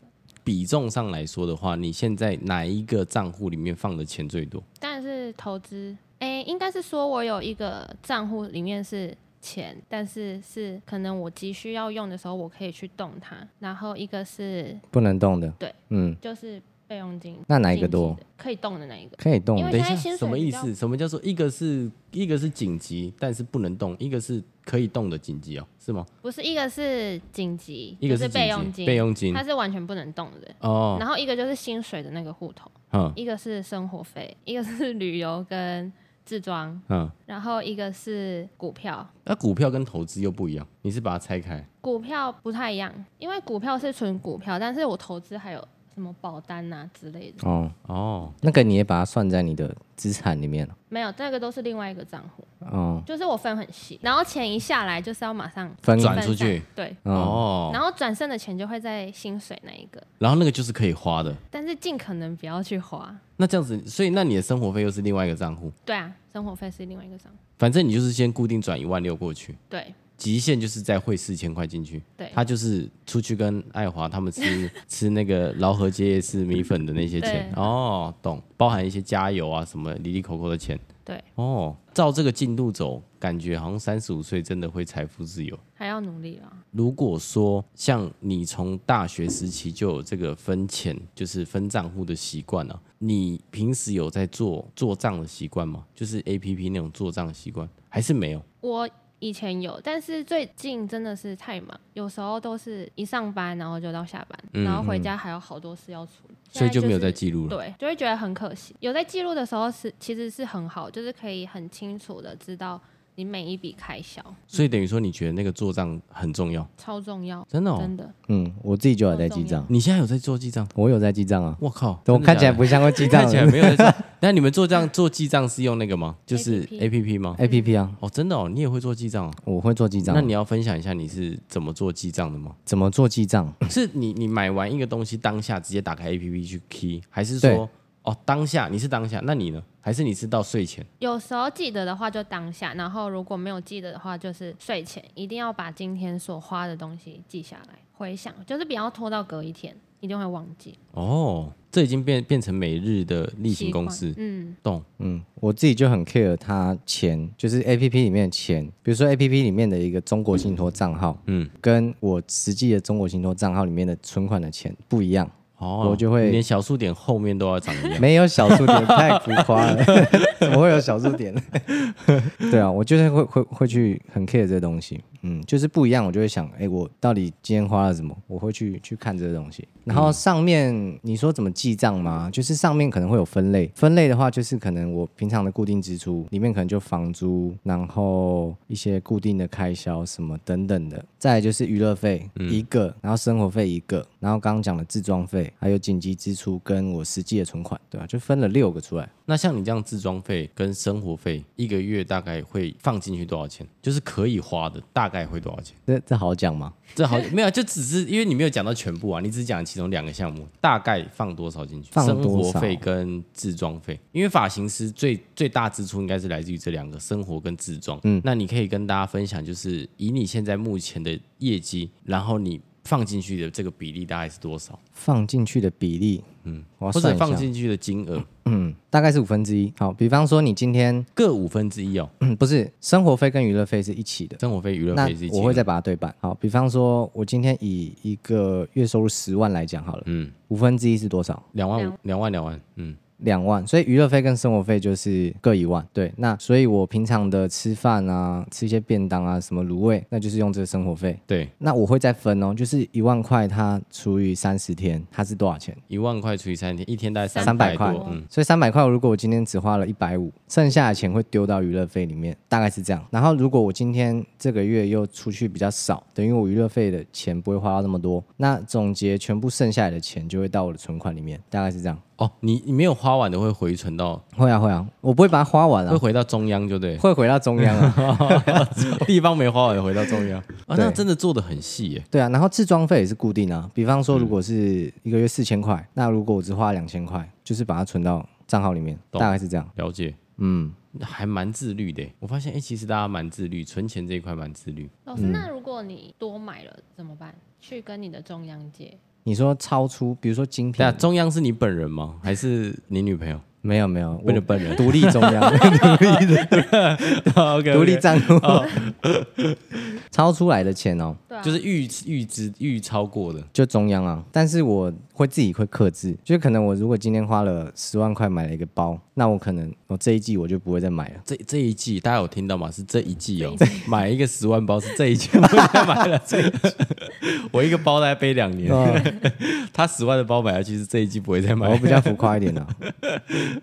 [SPEAKER 2] 比重上来说的话，你现在哪一个账户里面放的钱最多？
[SPEAKER 1] 但是投资，哎、应该是说我有一个账户里面是钱，但是是可能我急需要用的时候，我可以去动它。然后一个是
[SPEAKER 3] 不能动的，
[SPEAKER 1] 对，
[SPEAKER 3] 嗯，
[SPEAKER 1] 就是备用金，
[SPEAKER 3] 那哪一个
[SPEAKER 1] 紧急
[SPEAKER 3] 多
[SPEAKER 1] 的？可以动的那一个。
[SPEAKER 3] 可以动
[SPEAKER 1] 因为
[SPEAKER 3] 的
[SPEAKER 2] 等一
[SPEAKER 1] 现在
[SPEAKER 2] 下
[SPEAKER 1] 薪，水
[SPEAKER 2] 什么意
[SPEAKER 1] 比较
[SPEAKER 2] 思？什么叫做一个是一个是紧急，但是不能动；一个是可以动的紧急哦，是吗？
[SPEAKER 1] 不是一个是紧急，
[SPEAKER 2] 一个
[SPEAKER 1] 就是
[SPEAKER 2] 紧急
[SPEAKER 1] 备用金，
[SPEAKER 2] 备用金
[SPEAKER 1] 它是完全不能动的。
[SPEAKER 2] 哦，
[SPEAKER 1] 然后一个就是薪水的那个户头，
[SPEAKER 2] 嗯
[SPEAKER 1] 一个是生活费， 一个是旅游跟自装，
[SPEAKER 2] 嗯，
[SPEAKER 1] 然后一个是股票。
[SPEAKER 2] 那股票跟投资又不一样，你是把它拆开
[SPEAKER 1] 股票不太一样，因为股票是纯股票，但是我投资还有什么保单啊之类的，
[SPEAKER 3] 哦，
[SPEAKER 2] 哦，
[SPEAKER 3] 那个你也把它算在你的资产里面了。
[SPEAKER 1] 没有，那个都是另外一个账户，
[SPEAKER 3] 哦，
[SPEAKER 1] 就是我分很细，然后钱一下来就是要马上
[SPEAKER 3] 分
[SPEAKER 2] 转
[SPEAKER 1] 分
[SPEAKER 2] 出去
[SPEAKER 1] 散，对，
[SPEAKER 3] 哦，
[SPEAKER 2] 哦，
[SPEAKER 1] 然后转剩的钱就会在薪水那一个，
[SPEAKER 2] 然后那个就是可以花的。
[SPEAKER 1] 但是尽可能不要去花。
[SPEAKER 2] 那这样子，所以那你的生活费又是另外一个账户，
[SPEAKER 1] 对啊，生活费是另外一个账户，
[SPEAKER 2] 反正你就是先固定转一万六过去，
[SPEAKER 1] 对
[SPEAKER 2] 极限就是再汇四千块进去。
[SPEAKER 1] 对
[SPEAKER 2] 他就是出去跟爱华他们吃吃那个劳合街夜市米粉的那些钱
[SPEAKER 1] 对
[SPEAKER 2] 哦，懂，包含一些加油啊什么里里口口的钱
[SPEAKER 1] 对，
[SPEAKER 2] 哦。照这个进度走，感觉好像三十五岁真的会财富自由。
[SPEAKER 1] 还要努力啊。
[SPEAKER 2] 如果说像你从大学时期就有这个分钱，就是分账户的习惯了、你平时有在做做账的习惯吗？就是 A P P 那种做账的习惯，还是没有？
[SPEAKER 1] 我以前有，但是最近真的是太忙，有时候都是一上班然后就到下班，然后回家还有好多事要处理，
[SPEAKER 2] 嗯所以就没有
[SPEAKER 1] 现
[SPEAKER 2] 在
[SPEAKER 1] 是
[SPEAKER 2] 记录了。
[SPEAKER 1] 对，就会觉得很可惜。有在记录的时候是其实是很好，就是可以很清楚的知道你每一笔开销，
[SPEAKER 2] 所以等于说，你觉得那个做账很重要，
[SPEAKER 1] 超重要，
[SPEAKER 2] 真的哦。
[SPEAKER 1] 真的。
[SPEAKER 3] 嗯，我自己就有在记
[SPEAKER 1] 好
[SPEAKER 3] 账，
[SPEAKER 2] 你现在有在做记账？
[SPEAKER 3] 我有在记账啊，
[SPEAKER 2] 我靠，
[SPEAKER 3] 我
[SPEAKER 2] 真的假
[SPEAKER 3] 看起来
[SPEAKER 2] 的
[SPEAKER 3] 不像会记账
[SPEAKER 2] 看起来
[SPEAKER 3] 的
[SPEAKER 2] 没有在做。 那你们做账做记账是用那个吗？就是
[SPEAKER 1] APP
[SPEAKER 2] A P P 吗？
[SPEAKER 3] A P P 啊，
[SPEAKER 2] 哦，真的哦，你也会做记账哦。
[SPEAKER 3] 我会做记账啊
[SPEAKER 2] 那。你要分享一下你是怎么做记账的 吗？
[SPEAKER 3] 怎么做记账？
[SPEAKER 2] 是你你买完一个东西当下直接打开 A P P 去 key，还是
[SPEAKER 3] 对
[SPEAKER 2] 说哦当下你是当下？那你呢？还是你是到睡前？
[SPEAKER 1] 有时候记得的话就当下，然后如果没有记得的话，就是睡前一定要把今天所花的东西记下来，回想，就是不要拖到隔一天，一定会忘记。
[SPEAKER 2] 哦，这已经变变成每日的例行
[SPEAKER 1] 习惯
[SPEAKER 2] 公事。
[SPEAKER 1] 嗯，
[SPEAKER 2] 懂
[SPEAKER 3] 嗯，我自己就很 care 它钱，就是 A P P 里面的钱，比如说 A P P 里面的一个中国信托账号，
[SPEAKER 2] 嗯
[SPEAKER 3] 嗯，跟我实际的中国信托账号里面的存款的钱不一样。
[SPEAKER 2] 哦
[SPEAKER 3] 我就会
[SPEAKER 2] 你连小数点后面都要长一样。
[SPEAKER 3] 没有小数点，太浮夸了， 怎么会有小数点？对啊，我就是会会会去很 care 这些东西，嗯，就是不一样，我就会想，哎、我到底今天花了什么？我会去去看这些东西。然后上面你说怎么记账吗？就是上面可能会有分类，分类的话就是可能我平常的固定支出里面可能就房租，然后一些固定的开销什么等等的，再来就是娱乐费一个，然后生活费一个，然后刚刚讲的自装费，还有紧急支出跟我实际的存款，对吧、就分了六个出来。
[SPEAKER 2] 那像你这样自装费跟生活费，一个月大概会放进去多少钱？就是可以花的，大概会多少钱？
[SPEAKER 3] 这这好讲吗？
[SPEAKER 2] 这好 没有，就只是因为你没有讲到全部啊，你只讲其中两个项目，大概放多少进去？
[SPEAKER 3] 放
[SPEAKER 2] 生
[SPEAKER 3] 多
[SPEAKER 2] 活
[SPEAKER 3] 少
[SPEAKER 2] 费跟自装费，因为发型师最最大支出应该是来自于这两个生活跟自装。嗯，那你可以跟大家分享，就是以你现在目前的业绩，然后你放进去的这个比例大概是多少，
[SPEAKER 3] 放进去的比例，嗯，我要
[SPEAKER 2] 或
[SPEAKER 3] 算
[SPEAKER 2] 者
[SPEAKER 3] 一下
[SPEAKER 2] 放，进去的金额
[SPEAKER 3] 嗯，大概是五分之一。好，比方说你今天，
[SPEAKER 2] 各五分之一哦，
[SPEAKER 3] 嗯，不是生活费跟娱乐费是一起的，
[SPEAKER 2] 生活费、娱乐
[SPEAKER 3] 那
[SPEAKER 2] 费是一起的
[SPEAKER 3] 我会再把它对半。好，比方说我今天以一个月收入十万来讲好了，
[SPEAKER 2] 嗯
[SPEAKER 3] 五分之一是多少？
[SPEAKER 2] 两万五两万两万，嗯，
[SPEAKER 3] 两万，所以娱乐费跟生活费就是各一万。对，那所以我平常的吃饭啊，吃一些便当啊，什么卤味，那就是用这个生活费。
[SPEAKER 2] 对，
[SPEAKER 3] 那我会再分哦，就是一万块，它除以三十天，它是多少钱？
[SPEAKER 2] 一万块除以三天，一天大概
[SPEAKER 3] 三百
[SPEAKER 2] 百
[SPEAKER 3] 块
[SPEAKER 2] 多，嗯，
[SPEAKER 3] 所以三百块，如果我今天只花了一百五，剩下的钱会丢到娱乐费里面，大概是这样。然后如果我今天这个月又出去比较少，等于我娱乐费的钱不会花到那么多，那总结全部剩下来的钱就会到我的存款里面，大概是这样。
[SPEAKER 2] 哦，你你没有花完的会回存到，
[SPEAKER 3] 会啊会啊，我不会把它花完
[SPEAKER 2] 会
[SPEAKER 3] 啊，
[SPEAKER 2] 回到中央，就对了。
[SPEAKER 3] 会回到中央 啊。
[SPEAKER 2] 地方没花完回到中央啊，那
[SPEAKER 3] 对
[SPEAKER 2] 真的做的很细耶。
[SPEAKER 3] 对啊，然后自装费也是固定啊，比方说如果是一个月四千块，那如果我只花两千块，就是把它存到账号里面，
[SPEAKER 2] 懂
[SPEAKER 3] 大概是这样。
[SPEAKER 2] 了解，
[SPEAKER 3] 嗯，
[SPEAKER 2] 还蛮自律的耶。我发现，哎、其实大家蛮自律，存钱这一块蛮自律。
[SPEAKER 1] 老师，那如果你多买了怎么办？去跟你的中央借，
[SPEAKER 3] 你说超出，比如说精品
[SPEAKER 2] 对啊，，中央是你本人吗？还是你女 朋友？
[SPEAKER 3] 没有没有，
[SPEAKER 2] 不
[SPEAKER 3] 我
[SPEAKER 2] 能本人。
[SPEAKER 3] 独立中央， 独立的
[SPEAKER 2] OK，
[SPEAKER 3] 独立账户， 超出来的钱哦，
[SPEAKER 1] 对啊，
[SPEAKER 2] 就是预预支预超过的。
[SPEAKER 3] 就中央啊。但是我会自己会克制，就是可能我如果今天花了十万块买了一个包，那我可能我这一季我就不会再买了。
[SPEAKER 2] 这这一季大家有听到吗？是这一季哦
[SPEAKER 1] 这，
[SPEAKER 2] 买一个十万包是这一季 我才买了这一季，我一个包大概背两
[SPEAKER 3] 啊
[SPEAKER 2] 年， 他十万的包买下去是这一季不会再买
[SPEAKER 3] 我。哦比较浮夸一点啊，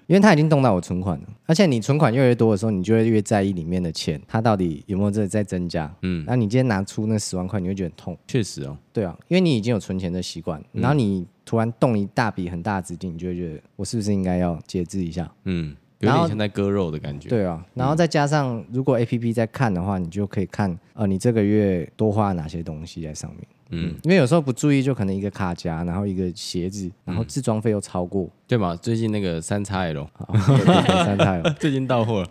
[SPEAKER 3] 因为它已经动到我存款了，而且你存款越来越多的时候，你就会越在意里面的钱，它到底有没有真的在增加。嗯，那你今天拿出那十万块，你会觉得很痛。
[SPEAKER 2] 确实哦，
[SPEAKER 3] 对啊，因为你已经有存钱的习惯，然后你突然动一大笔很大的资金，你就会觉得我是不是应该要节制一下？
[SPEAKER 2] 嗯，有
[SPEAKER 3] 然后
[SPEAKER 2] 点像在割肉的感觉。
[SPEAKER 3] 对啊，然后再加上如果 A P P 在看的话，你就可以看呃你这个月多花了哪些东西在上面。嗯，因为有时候不注意，就可能一个卡夹，然后一个鞋子，然后自装费又 超过，
[SPEAKER 2] 对嘛？最近那个三叉 L
[SPEAKER 3] 好，对对对三太了。
[SPEAKER 2] 最近到货了。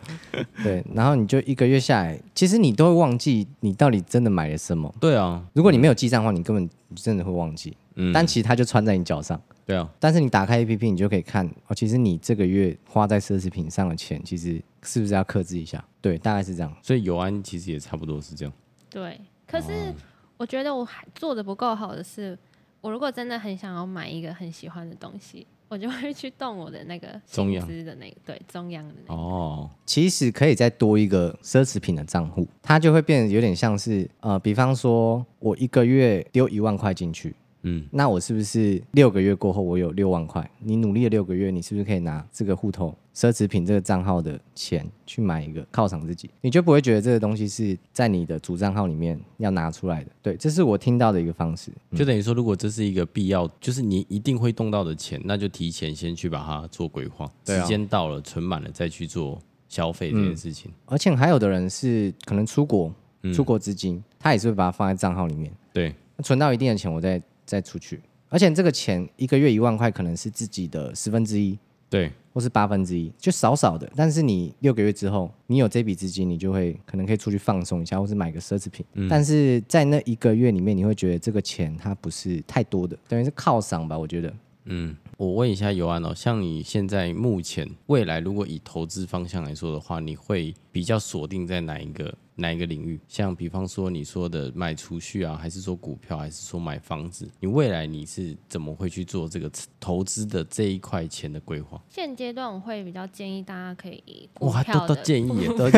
[SPEAKER 3] 对，然后你就一个月下来，其实你都会忘记你到底真的买了什么。
[SPEAKER 2] 对啊，
[SPEAKER 3] 如果你没有记账的话，你根本真的会忘记。
[SPEAKER 2] 嗯
[SPEAKER 3] 但其实它就穿在你脚上。
[SPEAKER 2] 对啊，
[SPEAKER 3] 但是你打开 A P P，你就可以看哦，其实你这个月花在奢侈品上的钱，其实是不是要克制一下？对，大概是这样。
[SPEAKER 2] 所以友安其实也差不多是这样。
[SPEAKER 1] 对。可是
[SPEAKER 2] 哦
[SPEAKER 1] 我觉得我还做的不够好的是，我如果真的很想要买一个很喜欢的东西，我就会去动我的那个
[SPEAKER 2] 中
[SPEAKER 1] 薪
[SPEAKER 2] 央
[SPEAKER 1] 资的那个对中央的那个。
[SPEAKER 2] 哦，
[SPEAKER 3] 其实可以再多一个奢侈品的账户，它就会变得有点像是呃，比方说我一个月丢一万块进去，
[SPEAKER 2] 嗯，
[SPEAKER 3] 那我是不是六个月过后我有六万块？你努力了六个月，你是不是可以拿这个户头奢侈品这个账号的钱去买一个犒赏自己？你就不会觉得这个东西是在你的主账号里面要拿出来的。对，这是我听到的一个方式。
[SPEAKER 2] 就等于说，如果这是一个必要，就是你一定会动到的钱，那就提前先去把它做规划，
[SPEAKER 3] 对啊嗯
[SPEAKER 2] 时间到了存满了再去做消费这件事情。
[SPEAKER 3] 而且还有的人是可能出国，出国资金，他也是会把它放在账号里面，
[SPEAKER 2] 对，
[SPEAKER 3] 存到一定的钱，我再再出去。而且这个钱一个月一万块，可能是自己的十分之一
[SPEAKER 2] 对，
[SPEAKER 3] 或是八分之一，就少少的。但是你六个月之后，你有这笔资金，你就会可能可以出去放松一下，或是买个奢侈品。但是在那一个月里面，你会觉得这个钱它不是太多的，等于是犒赏吧，我觉得。
[SPEAKER 2] 嗯，我问一下尤安哦，像你现在目前未来如果以投资方向来说的话，你会比较锁定在哪一个哪一个领域，像比方说你说的买储蓄啊，还是说股票，还是说买房子，你未来你是怎么会去做这个投资的这一块钱的规划？
[SPEAKER 1] 现阶段我会比较建议大家可以以股
[SPEAKER 2] 哇，
[SPEAKER 1] 票的
[SPEAKER 2] 都都建议 耶，
[SPEAKER 3] 都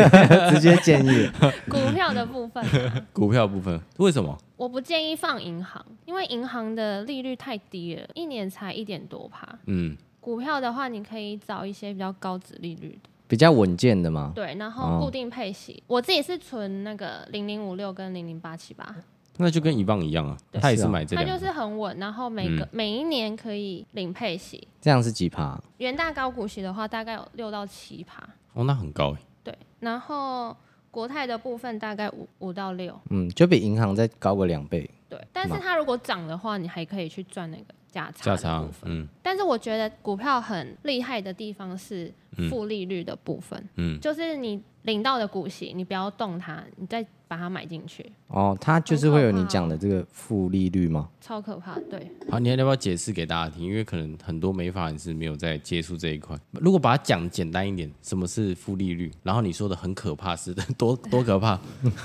[SPEAKER 3] 直接建议，
[SPEAKER 1] 股票的部分啊、
[SPEAKER 2] 股票部分为什么？
[SPEAKER 1] 我不建议放银行，因为银行的利率太低了，一年才一点多趴。
[SPEAKER 2] 嗯，
[SPEAKER 1] 股票的话，你可以找一些比较高值利率的，
[SPEAKER 3] 比较稳健的嘛。
[SPEAKER 1] 对，然
[SPEAKER 3] 哦
[SPEAKER 1] 后固定配息。我自己是存那个零零五六跟零零八七八，
[SPEAKER 2] 那就跟以往一样啊，他也
[SPEAKER 3] 是
[SPEAKER 2] 是
[SPEAKER 3] 啊
[SPEAKER 2] 买这
[SPEAKER 1] 它
[SPEAKER 2] 两
[SPEAKER 1] 就
[SPEAKER 2] 个，嗯
[SPEAKER 1] 是很稳，然后每个、每一年可以领配息。
[SPEAKER 3] 这样是几趴？
[SPEAKER 1] 元大高股息的话，大概有六到七趴，
[SPEAKER 2] 哦，那很高耶
[SPEAKER 1] 对，然后。国泰的部分大概五五到六，
[SPEAKER 3] 嗯，就比银行再高个两倍。
[SPEAKER 1] 对。但是
[SPEAKER 3] 嘛
[SPEAKER 1] 它如果涨的话，你还可以去赚那个价差
[SPEAKER 2] 价
[SPEAKER 1] 的
[SPEAKER 2] 差
[SPEAKER 1] 部分。，
[SPEAKER 2] 嗯
[SPEAKER 1] 但是我觉得股票很厉害的地方是负利率的部分，
[SPEAKER 2] 嗯，
[SPEAKER 1] 就是你领到的股息，你不要动它，你再把它买进去，
[SPEAKER 3] 哦，它就是会有你讲的这个负利率吗？
[SPEAKER 1] 超可怕。对，
[SPEAKER 2] 好，你还要不要解释给大家听？因为可能很多美法人是没有在接触这一块。如果把它讲简单一点，什么是负利率？然后你说的很可怕是多多可怕？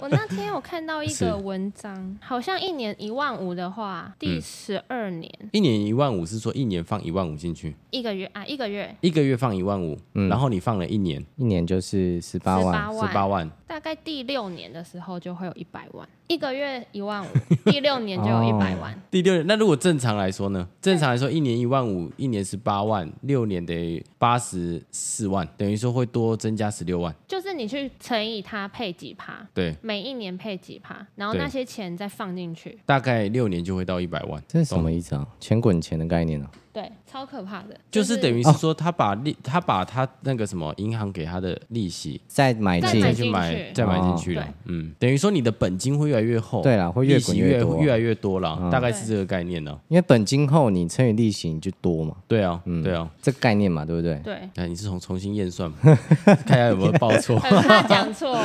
[SPEAKER 1] 我那天有看到一
[SPEAKER 2] 是
[SPEAKER 1] 个文章， 好像一年一万五的
[SPEAKER 2] 嗯
[SPEAKER 1] 话，第十二年、
[SPEAKER 2] 一年一万五是说一年放一万五进去，
[SPEAKER 1] 一个月啊，一个月
[SPEAKER 2] 一个月放一万五，
[SPEAKER 3] 嗯
[SPEAKER 2] 然后你放了一年
[SPEAKER 3] 一年就是十
[SPEAKER 1] 十
[SPEAKER 3] 八万，
[SPEAKER 2] 是八万，
[SPEAKER 1] 大概第六年的时候就会有一百万，一个月一 万五，第六年就有
[SPEAKER 2] 哦
[SPEAKER 1] 一百万。
[SPEAKER 2] 第六年那如果正常来说呢？正常来说一年一万五，一年十八万，六年等于八十四万，等于说会多增加十六万。
[SPEAKER 1] 就是你去乘以它配几趴，
[SPEAKER 2] 对，
[SPEAKER 1] 每一年配几趴，然后
[SPEAKER 2] 对
[SPEAKER 1] 那些钱再放进去，
[SPEAKER 2] 大概六年就会到一百万。
[SPEAKER 3] 这是什么意思啊？钱滚钱的概念啊？
[SPEAKER 1] 对，超可怕的，
[SPEAKER 2] 就是等于
[SPEAKER 3] 哦
[SPEAKER 2] 是说，他把利，他把他那个什么银行给他的利息，
[SPEAKER 3] 再买
[SPEAKER 1] 再
[SPEAKER 3] 进
[SPEAKER 1] 买
[SPEAKER 2] 再
[SPEAKER 1] 进
[SPEAKER 2] 去买，
[SPEAKER 1] 去
[SPEAKER 2] 再买进去
[SPEAKER 1] 哦
[SPEAKER 2] 了。嗯，等于说你的本金会越来越厚，
[SPEAKER 3] 对啦会越
[SPEAKER 2] 利息
[SPEAKER 3] 滚
[SPEAKER 2] 越
[SPEAKER 3] 越多啊嗯
[SPEAKER 2] 越来越多了，大概是这个概念呢。
[SPEAKER 3] 因为本金后你乘以利息你就多嘛，
[SPEAKER 2] 对啊，
[SPEAKER 3] 嗯
[SPEAKER 2] 对啊。
[SPEAKER 3] 这概念嘛，对不对？
[SPEAKER 1] 对。
[SPEAKER 2] 哎，你是从重新验算吗？ 看一下有没有报 错，
[SPEAKER 1] 很怕讲错，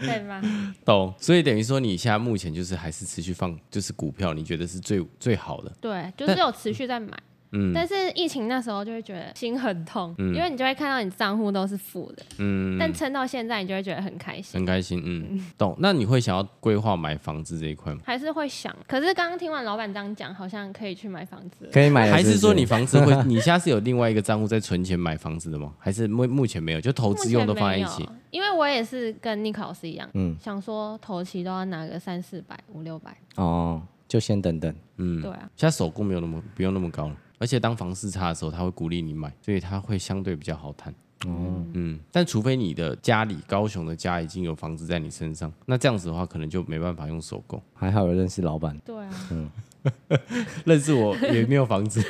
[SPEAKER 1] 对吗？
[SPEAKER 2] 懂？所以等于说，你现在目前就是还是持续放，就是股票，你觉得是最最好的。
[SPEAKER 1] 对，就是有持续在买。
[SPEAKER 2] 嗯
[SPEAKER 1] 但是疫情那时候就会觉得心很痛，因为你就会看到你账户都是负的，
[SPEAKER 2] 嗯，
[SPEAKER 1] 但撑到现在你就会觉得很开心，
[SPEAKER 2] 很开心，嗯，懂。那你会想要规划买房子这一块吗？
[SPEAKER 1] 还是会想。可是刚刚听完老板这样讲，好像可以去买房子了。
[SPEAKER 3] 可以买了
[SPEAKER 2] 还
[SPEAKER 3] 不
[SPEAKER 2] 是说你房子会？你现在是有另外一个账户在存钱买房子的吗？还是目目前没有，就投
[SPEAKER 1] 目
[SPEAKER 2] 资
[SPEAKER 1] 前
[SPEAKER 2] 用都放在一起
[SPEAKER 1] 没？有，因为我也是跟尼克老师一样，
[SPEAKER 3] 嗯
[SPEAKER 1] 想说头期都要拿个三四百、五六百，
[SPEAKER 3] 哦，就先等等。
[SPEAKER 2] 嗯，
[SPEAKER 1] 对啊，
[SPEAKER 2] 现在首购没有那么不用那么高了，而且当房市差的时候，他会鼓励你买，所以他会相对比较好谈。哦，嗯，但除非你的家里高雄的家已经有房子在你身上，那这样子的话，可能就没办法用首购。
[SPEAKER 3] 还好有认识老板，
[SPEAKER 1] 对啊，
[SPEAKER 2] 认识我也没有房子，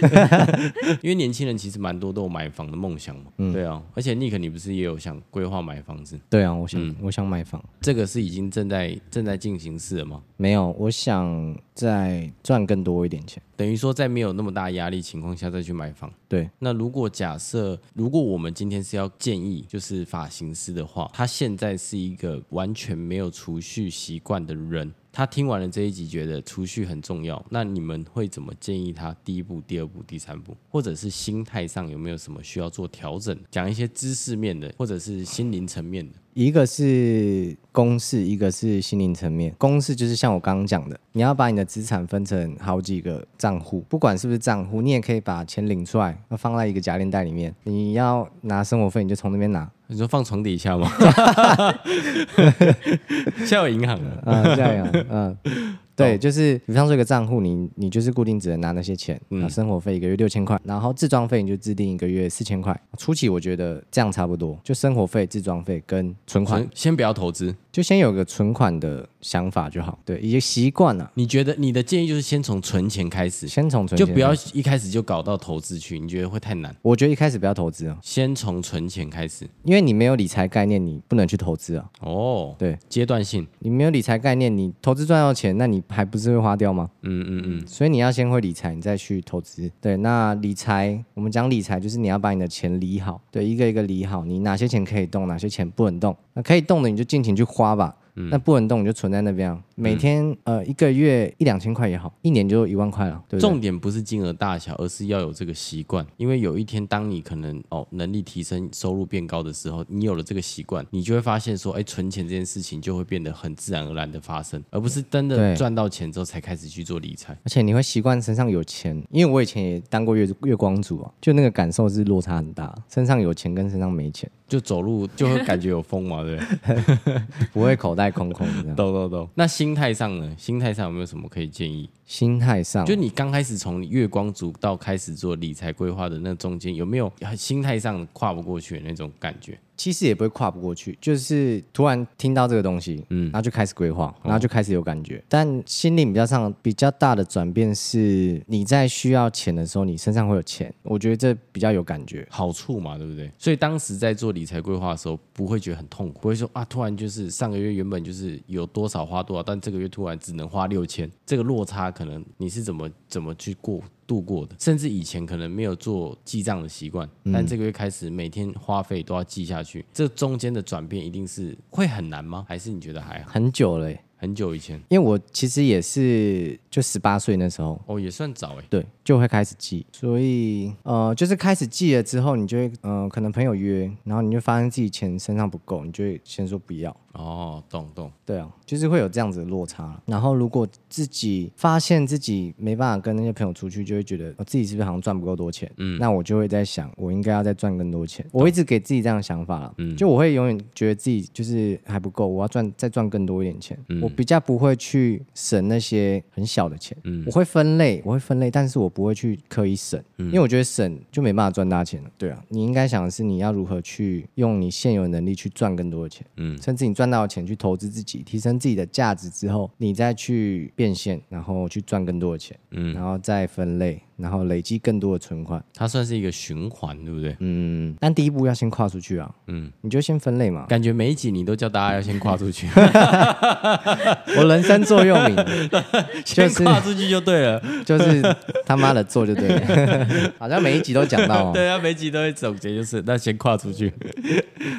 [SPEAKER 2] 因为年轻人其实蛮多都有买房的梦想嘛。对啊，而且 Nick 你不是也有想规划买房子？
[SPEAKER 3] 对啊，我想、
[SPEAKER 2] 嗯
[SPEAKER 3] 我想买房，
[SPEAKER 2] 这个是已经正在正在进行式了吗？
[SPEAKER 3] 没有，我想再赚更多一点钱。
[SPEAKER 2] 等于说在没有那么大压力情况下再去买房。
[SPEAKER 3] 对，
[SPEAKER 2] 那如果假设，如果我们今天是要建议就是发型师的话，他现在是一个完全没有储蓄习惯的人，他听完了这一集觉得储蓄很重要，那你们会怎么建议他第一步、第二步、第三步，或者是心态上有没有什么需要做调整？讲一些知识面的，或者是心灵层面的。
[SPEAKER 3] 一个是公式，一个是心灵层面。公式就是像我刚刚讲的，你要把你的资产分成好几个账户，不管是不是账户，你也可以把钱领出来，那放在一个夹链袋里面。你要拿生活费，你就从那边拿。
[SPEAKER 2] 你说放床底下吗？ 现在有银行了，
[SPEAKER 3] 啊，这样， 嗯，对，就是比方说一个账户，你你就是固定只能拿那些钱，
[SPEAKER 2] 嗯
[SPEAKER 3] 那生活费一个月六千块，然后自装费你就制定一个月四千块。初期我觉得这样差不多，就生活费、自装费跟存款
[SPEAKER 2] 存，先不要投资。
[SPEAKER 3] 就先有个存款的想法就好。对，已经习惯了，
[SPEAKER 2] 你觉得你的建议就是先从存钱开始，
[SPEAKER 3] 先从存
[SPEAKER 2] 就
[SPEAKER 3] 钱
[SPEAKER 2] 不要
[SPEAKER 3] 开始。
[SPEAKER 2] 一开始就搞到投资去，你觉得会太难？
[SPEAKER 3] 我觉得一开始不要投资啊，
[SPEAKER 2] 先从存钱开始
[SPEAKER 3] 因为你没有理财概念，你不能去投资啊。
[SPEAKER 2] 哦，
[SPEAKER 3] 对
[SPEAKER 2] 阶段性，
[SPEAKER 3] 你没有理财概念，你投资赚到钱，那你还不是会花掉吗？
[SPEAKER 2] 嗯嗯嗯，
[SPEAKER 3] 所以你要先会理财，你再去投资。对，那理财，我们讲理财就是你要把你的钱理好，对，一个一个理好，你哪些钱可以动，哪些钱不能动。那可以动的你就尽情去花吧，
[SPEAKER 2] 嗯
[SPEAKER 3] 那不能动你就存在那边啊，每天、呃一个月一两千块也好，一年就一万块了，对不对？
[SPEAKER 2] 重点不是金额大小，而是要有这个习惯。因为有一天，当你可能哦能力提升、收入变高的时候，你有了这个习惯，你就会发现说，哎，存钱这件事情就会变得很自然而然的发生，而不是真的
[SPEAKER 3] 对
[SPEAKER 2] 赚到钱之后才开始去做理财。
[SPEAKER 3] 而且你会习惯身上有钱，因为我以前也当过月月光族啊，就那个感受是落差很大，身上有钱跟身上没钱，
[SPEAKER 2] 就走路就会感觉有风嘛， 对不对？
[SPEAKER 3] 不会口袋空空的这 样。
[SPEAKER 2] 懂懂懂。那心态上呢？心态上有没有什么可以建议？
[SPEAKER 3] 心态上，啊
[SPEAKER 2] 就你刚开始从你月光族到开始做理财规划的那中间，有没有很心态上跨不过去的那种感觉？
[SPEAKER 3] 其实也不会跨不过去，就是突然听到这个东西，嗯，然后就开始规划，然后就开始有感觉。但心灵比较上比较大的转变是，你在需要钱的时候，你身上会有钱，我觉得这比较有感觉。
[SPEAKER 2] 好处嘛，对不对？所以当时在做理财规划的时候，不会觉得很痛苦，不会说啊，突然就是上个月原本就是有多少花多少，但这个月突然只能花六千，这个落差可能你是怎么怎么去过度过的？甚至以前可能没有做记账的习惯，但这个月开始每天花费都要记下去，这中间的转变一定是会很难吗？还是你觉得还好？
[SPEAKER 3] 很久了耶，
[SPEAKER 2] 很久以前
[SPEAKER 3] 因为我其实也是就十八岁那时候，
[SPEAKER 2] 哦，也算早哎、
[SPEAKER 3] 对，就会开始记。所以呃，就是开始记了之后，你就会呃，可能朋友约，然后你就发现自己钱身上不够，你就会先说不要。
[SPEAKER 2] 哦，懂懂，
[SPEAKER 3] 对啊，就是会有这样子的落差。然后如果自己发现自己没办法跟那些朋友出去，就会觉得我、哦自己是不是好像赚不够多钱？嗯，那我就会在想，我应该要再赚更多钱。我一直给自己这样的想法啦，嗯，就我会永远觉得自己就是还不够，我要赚再赚更多一点钱。我比较不会去省那些很小的钱，我会分类，我会分类，但是我不会去刻意省，因为我觉得省就没办法赚大钱了。对啊，你应该想的是你要如何去用你现有的能力去赚更多的钱。
[SPEAKER 2] 嗯
[SPEAKER 3] 甚至你赚到的钱去投资自己，提升自己的价值之后，你再去变现，然后去赚更多的钱，嗯，然后再分类，然后累积更多的存款，
[SPEAKER 2] 它算是一个循环，对不对？
[SPEAKER 3] 嗯，但第一步要先跨出去啊，嗯，你就先分 类嘛，
[SPEAKER 2] 感觉每一集你都叫大家要先跨出去，
[SPEAKER 3] 我人生座右 铭 就
[SPEAKER 2] 先
[SPEAKER 3] 是
[SPEAKER 2] 跨出去就对了。
[SPEAKER 3] 就是他妈的做就 对了，好像每一集都讲到、哦，
[SPEAKER 2] 对啊，每集都会总结，就是那先跨出去。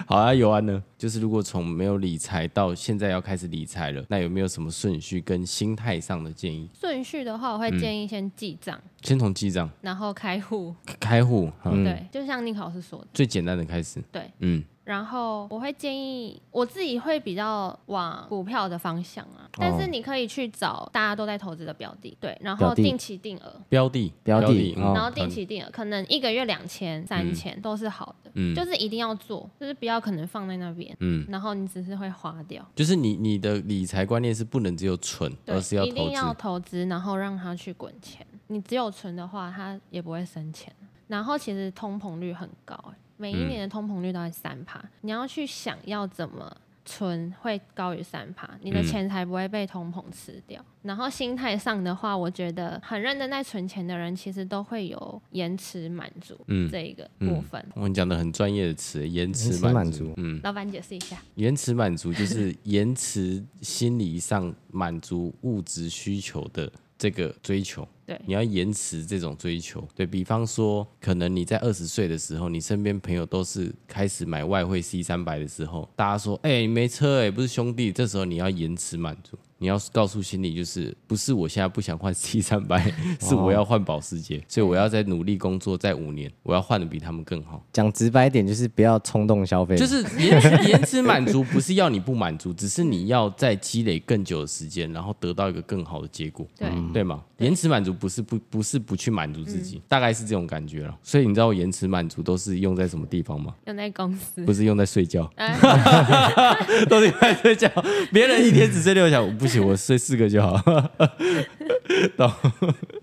[SPEAKER 2] 好啊，尤安呢？就是如果从没有理财到现在要开始理财了，那有没有什么顺序跟心态上的建议？
[SPEAKER 1] 顺序的话，我
[SPEAKER 2] 嗯
[SPEAKER 1] 会建议先记账，
[SPEAKER 2] 先从记账、
[SPEAKER 1] 然后开户。
[SPEAKER 2] 开户，嗯，
[SPEAKER 1] 对，就像尼克老师说的，
[SPEAKER 2] 最简单的开始。
[SPEAKER 1] 对。
[SPEAKER 2] 嗯，
[SPEAKER 1] 然后我会建议我自己会比较往股票的方向啊，但是你可以去找大家都在投资的标的，对，然后
[SPEAKER 3] 标的
[SPEAKER 1] 定期定额，
[SPEAKER 2] 标的，
[SPEAKER 3] 标的
[SPEAKER 2] 嗯
[SPEAKER 3] 哦
[SPEAKER 1] 然后定期定额，可能一个月两千、三千都是好的，
[SPEAKER 2] 嗯
[SPEAKER 1] 就是一定要做，就是不要可能放在那边，
[SPEAKER 2] 嗯
[SPEAKER 1] 然后你只是会花掉。
[SPEAKER 2] 就是你你的理财观念是不能只有存，
[SPEAKER 1] 对
[SPEAKER 2] 而是要，
[SPEAKER 1] 一
[SPEAKER 2] 投
[SPEAKER 1] 定要
[SPEAKER 2] 资。
[SPEAKER 1] 投资，然后让它去滚钱。你只有存的话，它也不会生钱。然后其实通膨率很高、欸，每一年的通膨率都在三趴、你要去想要怎么存会高于三趴，你的
[SPEAKER 2] 嗯
[SPEAKER 1] 钱才不会被通膨吃掉。然后心态上的话，我觉得很认真在存钱的人，其实都会有延迟满足
[SPEAKER 2] 嗯
[SPEAKER 1] 这一个部分。
[SPEAKER 2] 我们哦讲的很专业的词，延
[SPEAKER 3] 延
[SPEAKER 2] 迟
[SPEAKER 3] 迟
[SPEAKER 2] 满
[SPEAKER 3] 满
[SPEAKER 2] 足
[SPEAKER 3] 足。
[SPEAKER 2] 嗯，
[SPEAKER 1] 老板解释一下，
[SPEAKER 2] 延迟满足就是 延迟心理上满足物质需求的这个追求。
[SPEAKER 1] 对
[SPEAKER 2] 你要延迟这种追求。对比方说，可能你在二十岁的时候，你身边朋友都是开始买外汇 C 三百的时候，大家说：“哎、你没车哎、不是兄弟。”这时候你要延迟满足，你要告诉心里就是，不是我现在不想换 C 三百，是我要换保时捷，所以我要再努力工作，再五年，我要换的比他们更好。
[SPEAKER 3] 讲直白一点就是不要冲动消费，
[SPEAKER 2] 就是延迟 延迟满足，不是要你不满足，只是你要再积累更久的时间，然后得到一个更好的结果，
[SPEAKER 1] 对嗯
[SPEAKER 2] 对吗？延迟满足不是不不是不去满足自己，大概是这种感觉了。所以你知道我延迟满足都是用在什么地方吗？
[SPEAKER 1] 用在公司
[SPEAKER 2] 不。是用在睡觉，
[SPEAKER 1] 嗯哎
[SPEAKER 2] 都是用在睡觉。别人一天只睡六个小时，不行，我睡四个就好。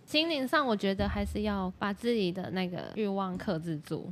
[SPEAKER 1] 心灵上，我觉得还是要把自己的那个欲望克制住，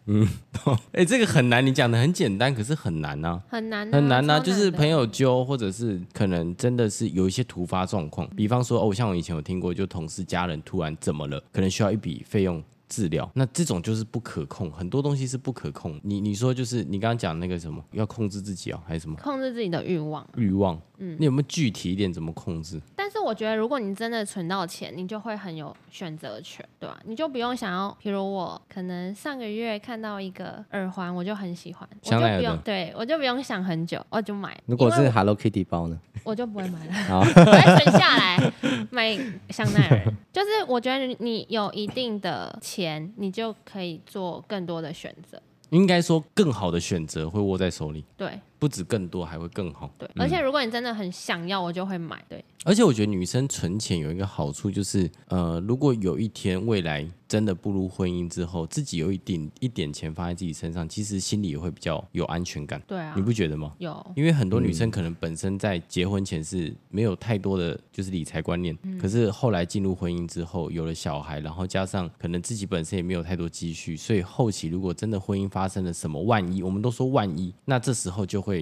[SPEAKER 2] 哎、这个很难，你讲的很简单，可是很难啊。
[SPEAKER 1] 很难、啊，
[SPEAKER 2] 很难呐、
[SPEAKER 1] 呐、
[SPEAKER 2] 就是
[SPEAKER 1] 的
[SPEAKER 2] 朋友揪，或者是可能真的是有一些突发状况，比方说哦，像我以前有听过，就同事家人突然怎么了，可能需要一笔费用。治疗。那这种就是不可控，很多东西是不可控。你你说就是你刚刚讲那个什么，要控制自己啊、还是什么
[SPEAKER 1] 控制自己的欲望。
[SPEAKER 2] 欲望？嗯，你有没有具体一点怎么控制？
[SPEAKER 1] 但是我觉得，如果你真的存到钱，你就会很有选择权，对吧？你就不用想要，比如我可能上个月看到一个耳环，我就很喜欢，我就
[SPEAKER 2] 香奈儿
[SPEAKER 1] 不
[SPEAKER 2] 的
[SPEAKER 1] 用，对我就不用想很久，我哦就买。
[SPEAKER 3] 如果
[SPEAKER 1] 因
[SPEAKER 3] 是
[SPEAKER 1] 为
[SPEAKER 3] Hello Kitty 包呢？
[SPEAKER 1] 我就不会 买了，
[SPEAKER 3] 好，
[SPEAKER 1] 我会存下来买香奈 儿。就是我觉得你有一定的钱，你就可以做更多的选择。
[SPEAKER 2] 应该说更好的选择会握在手里，
[SPEAKER 1] 对
[SPEAKER 2] 不止更多，还会更好。
[SPEAKER 1] 对，而且如果你真的很想要，我就会买。对，
[SPEAKER 2] 而且我觉得女生存钱有一个好处就是，呃，如果有一天未来真的步入婚姻之后，自己有一点一点钱放在自己身上，其实心里也会比较有安全感，
[SPEAKER 1] 对啊
[SPEAKER 2] 你，不觉得吗？
[SPEAKER 1] 有
[SPEAKER 2] 因为很多女生可能本身在结婚前是没有太多的就是理财观念，可是后来进入婚姻之后，有了小孩，然后加上可能自己本身也没有太多积蓄，所以后期如果真的婚姻发生了什么万一，我们都说万一，那这时候就会。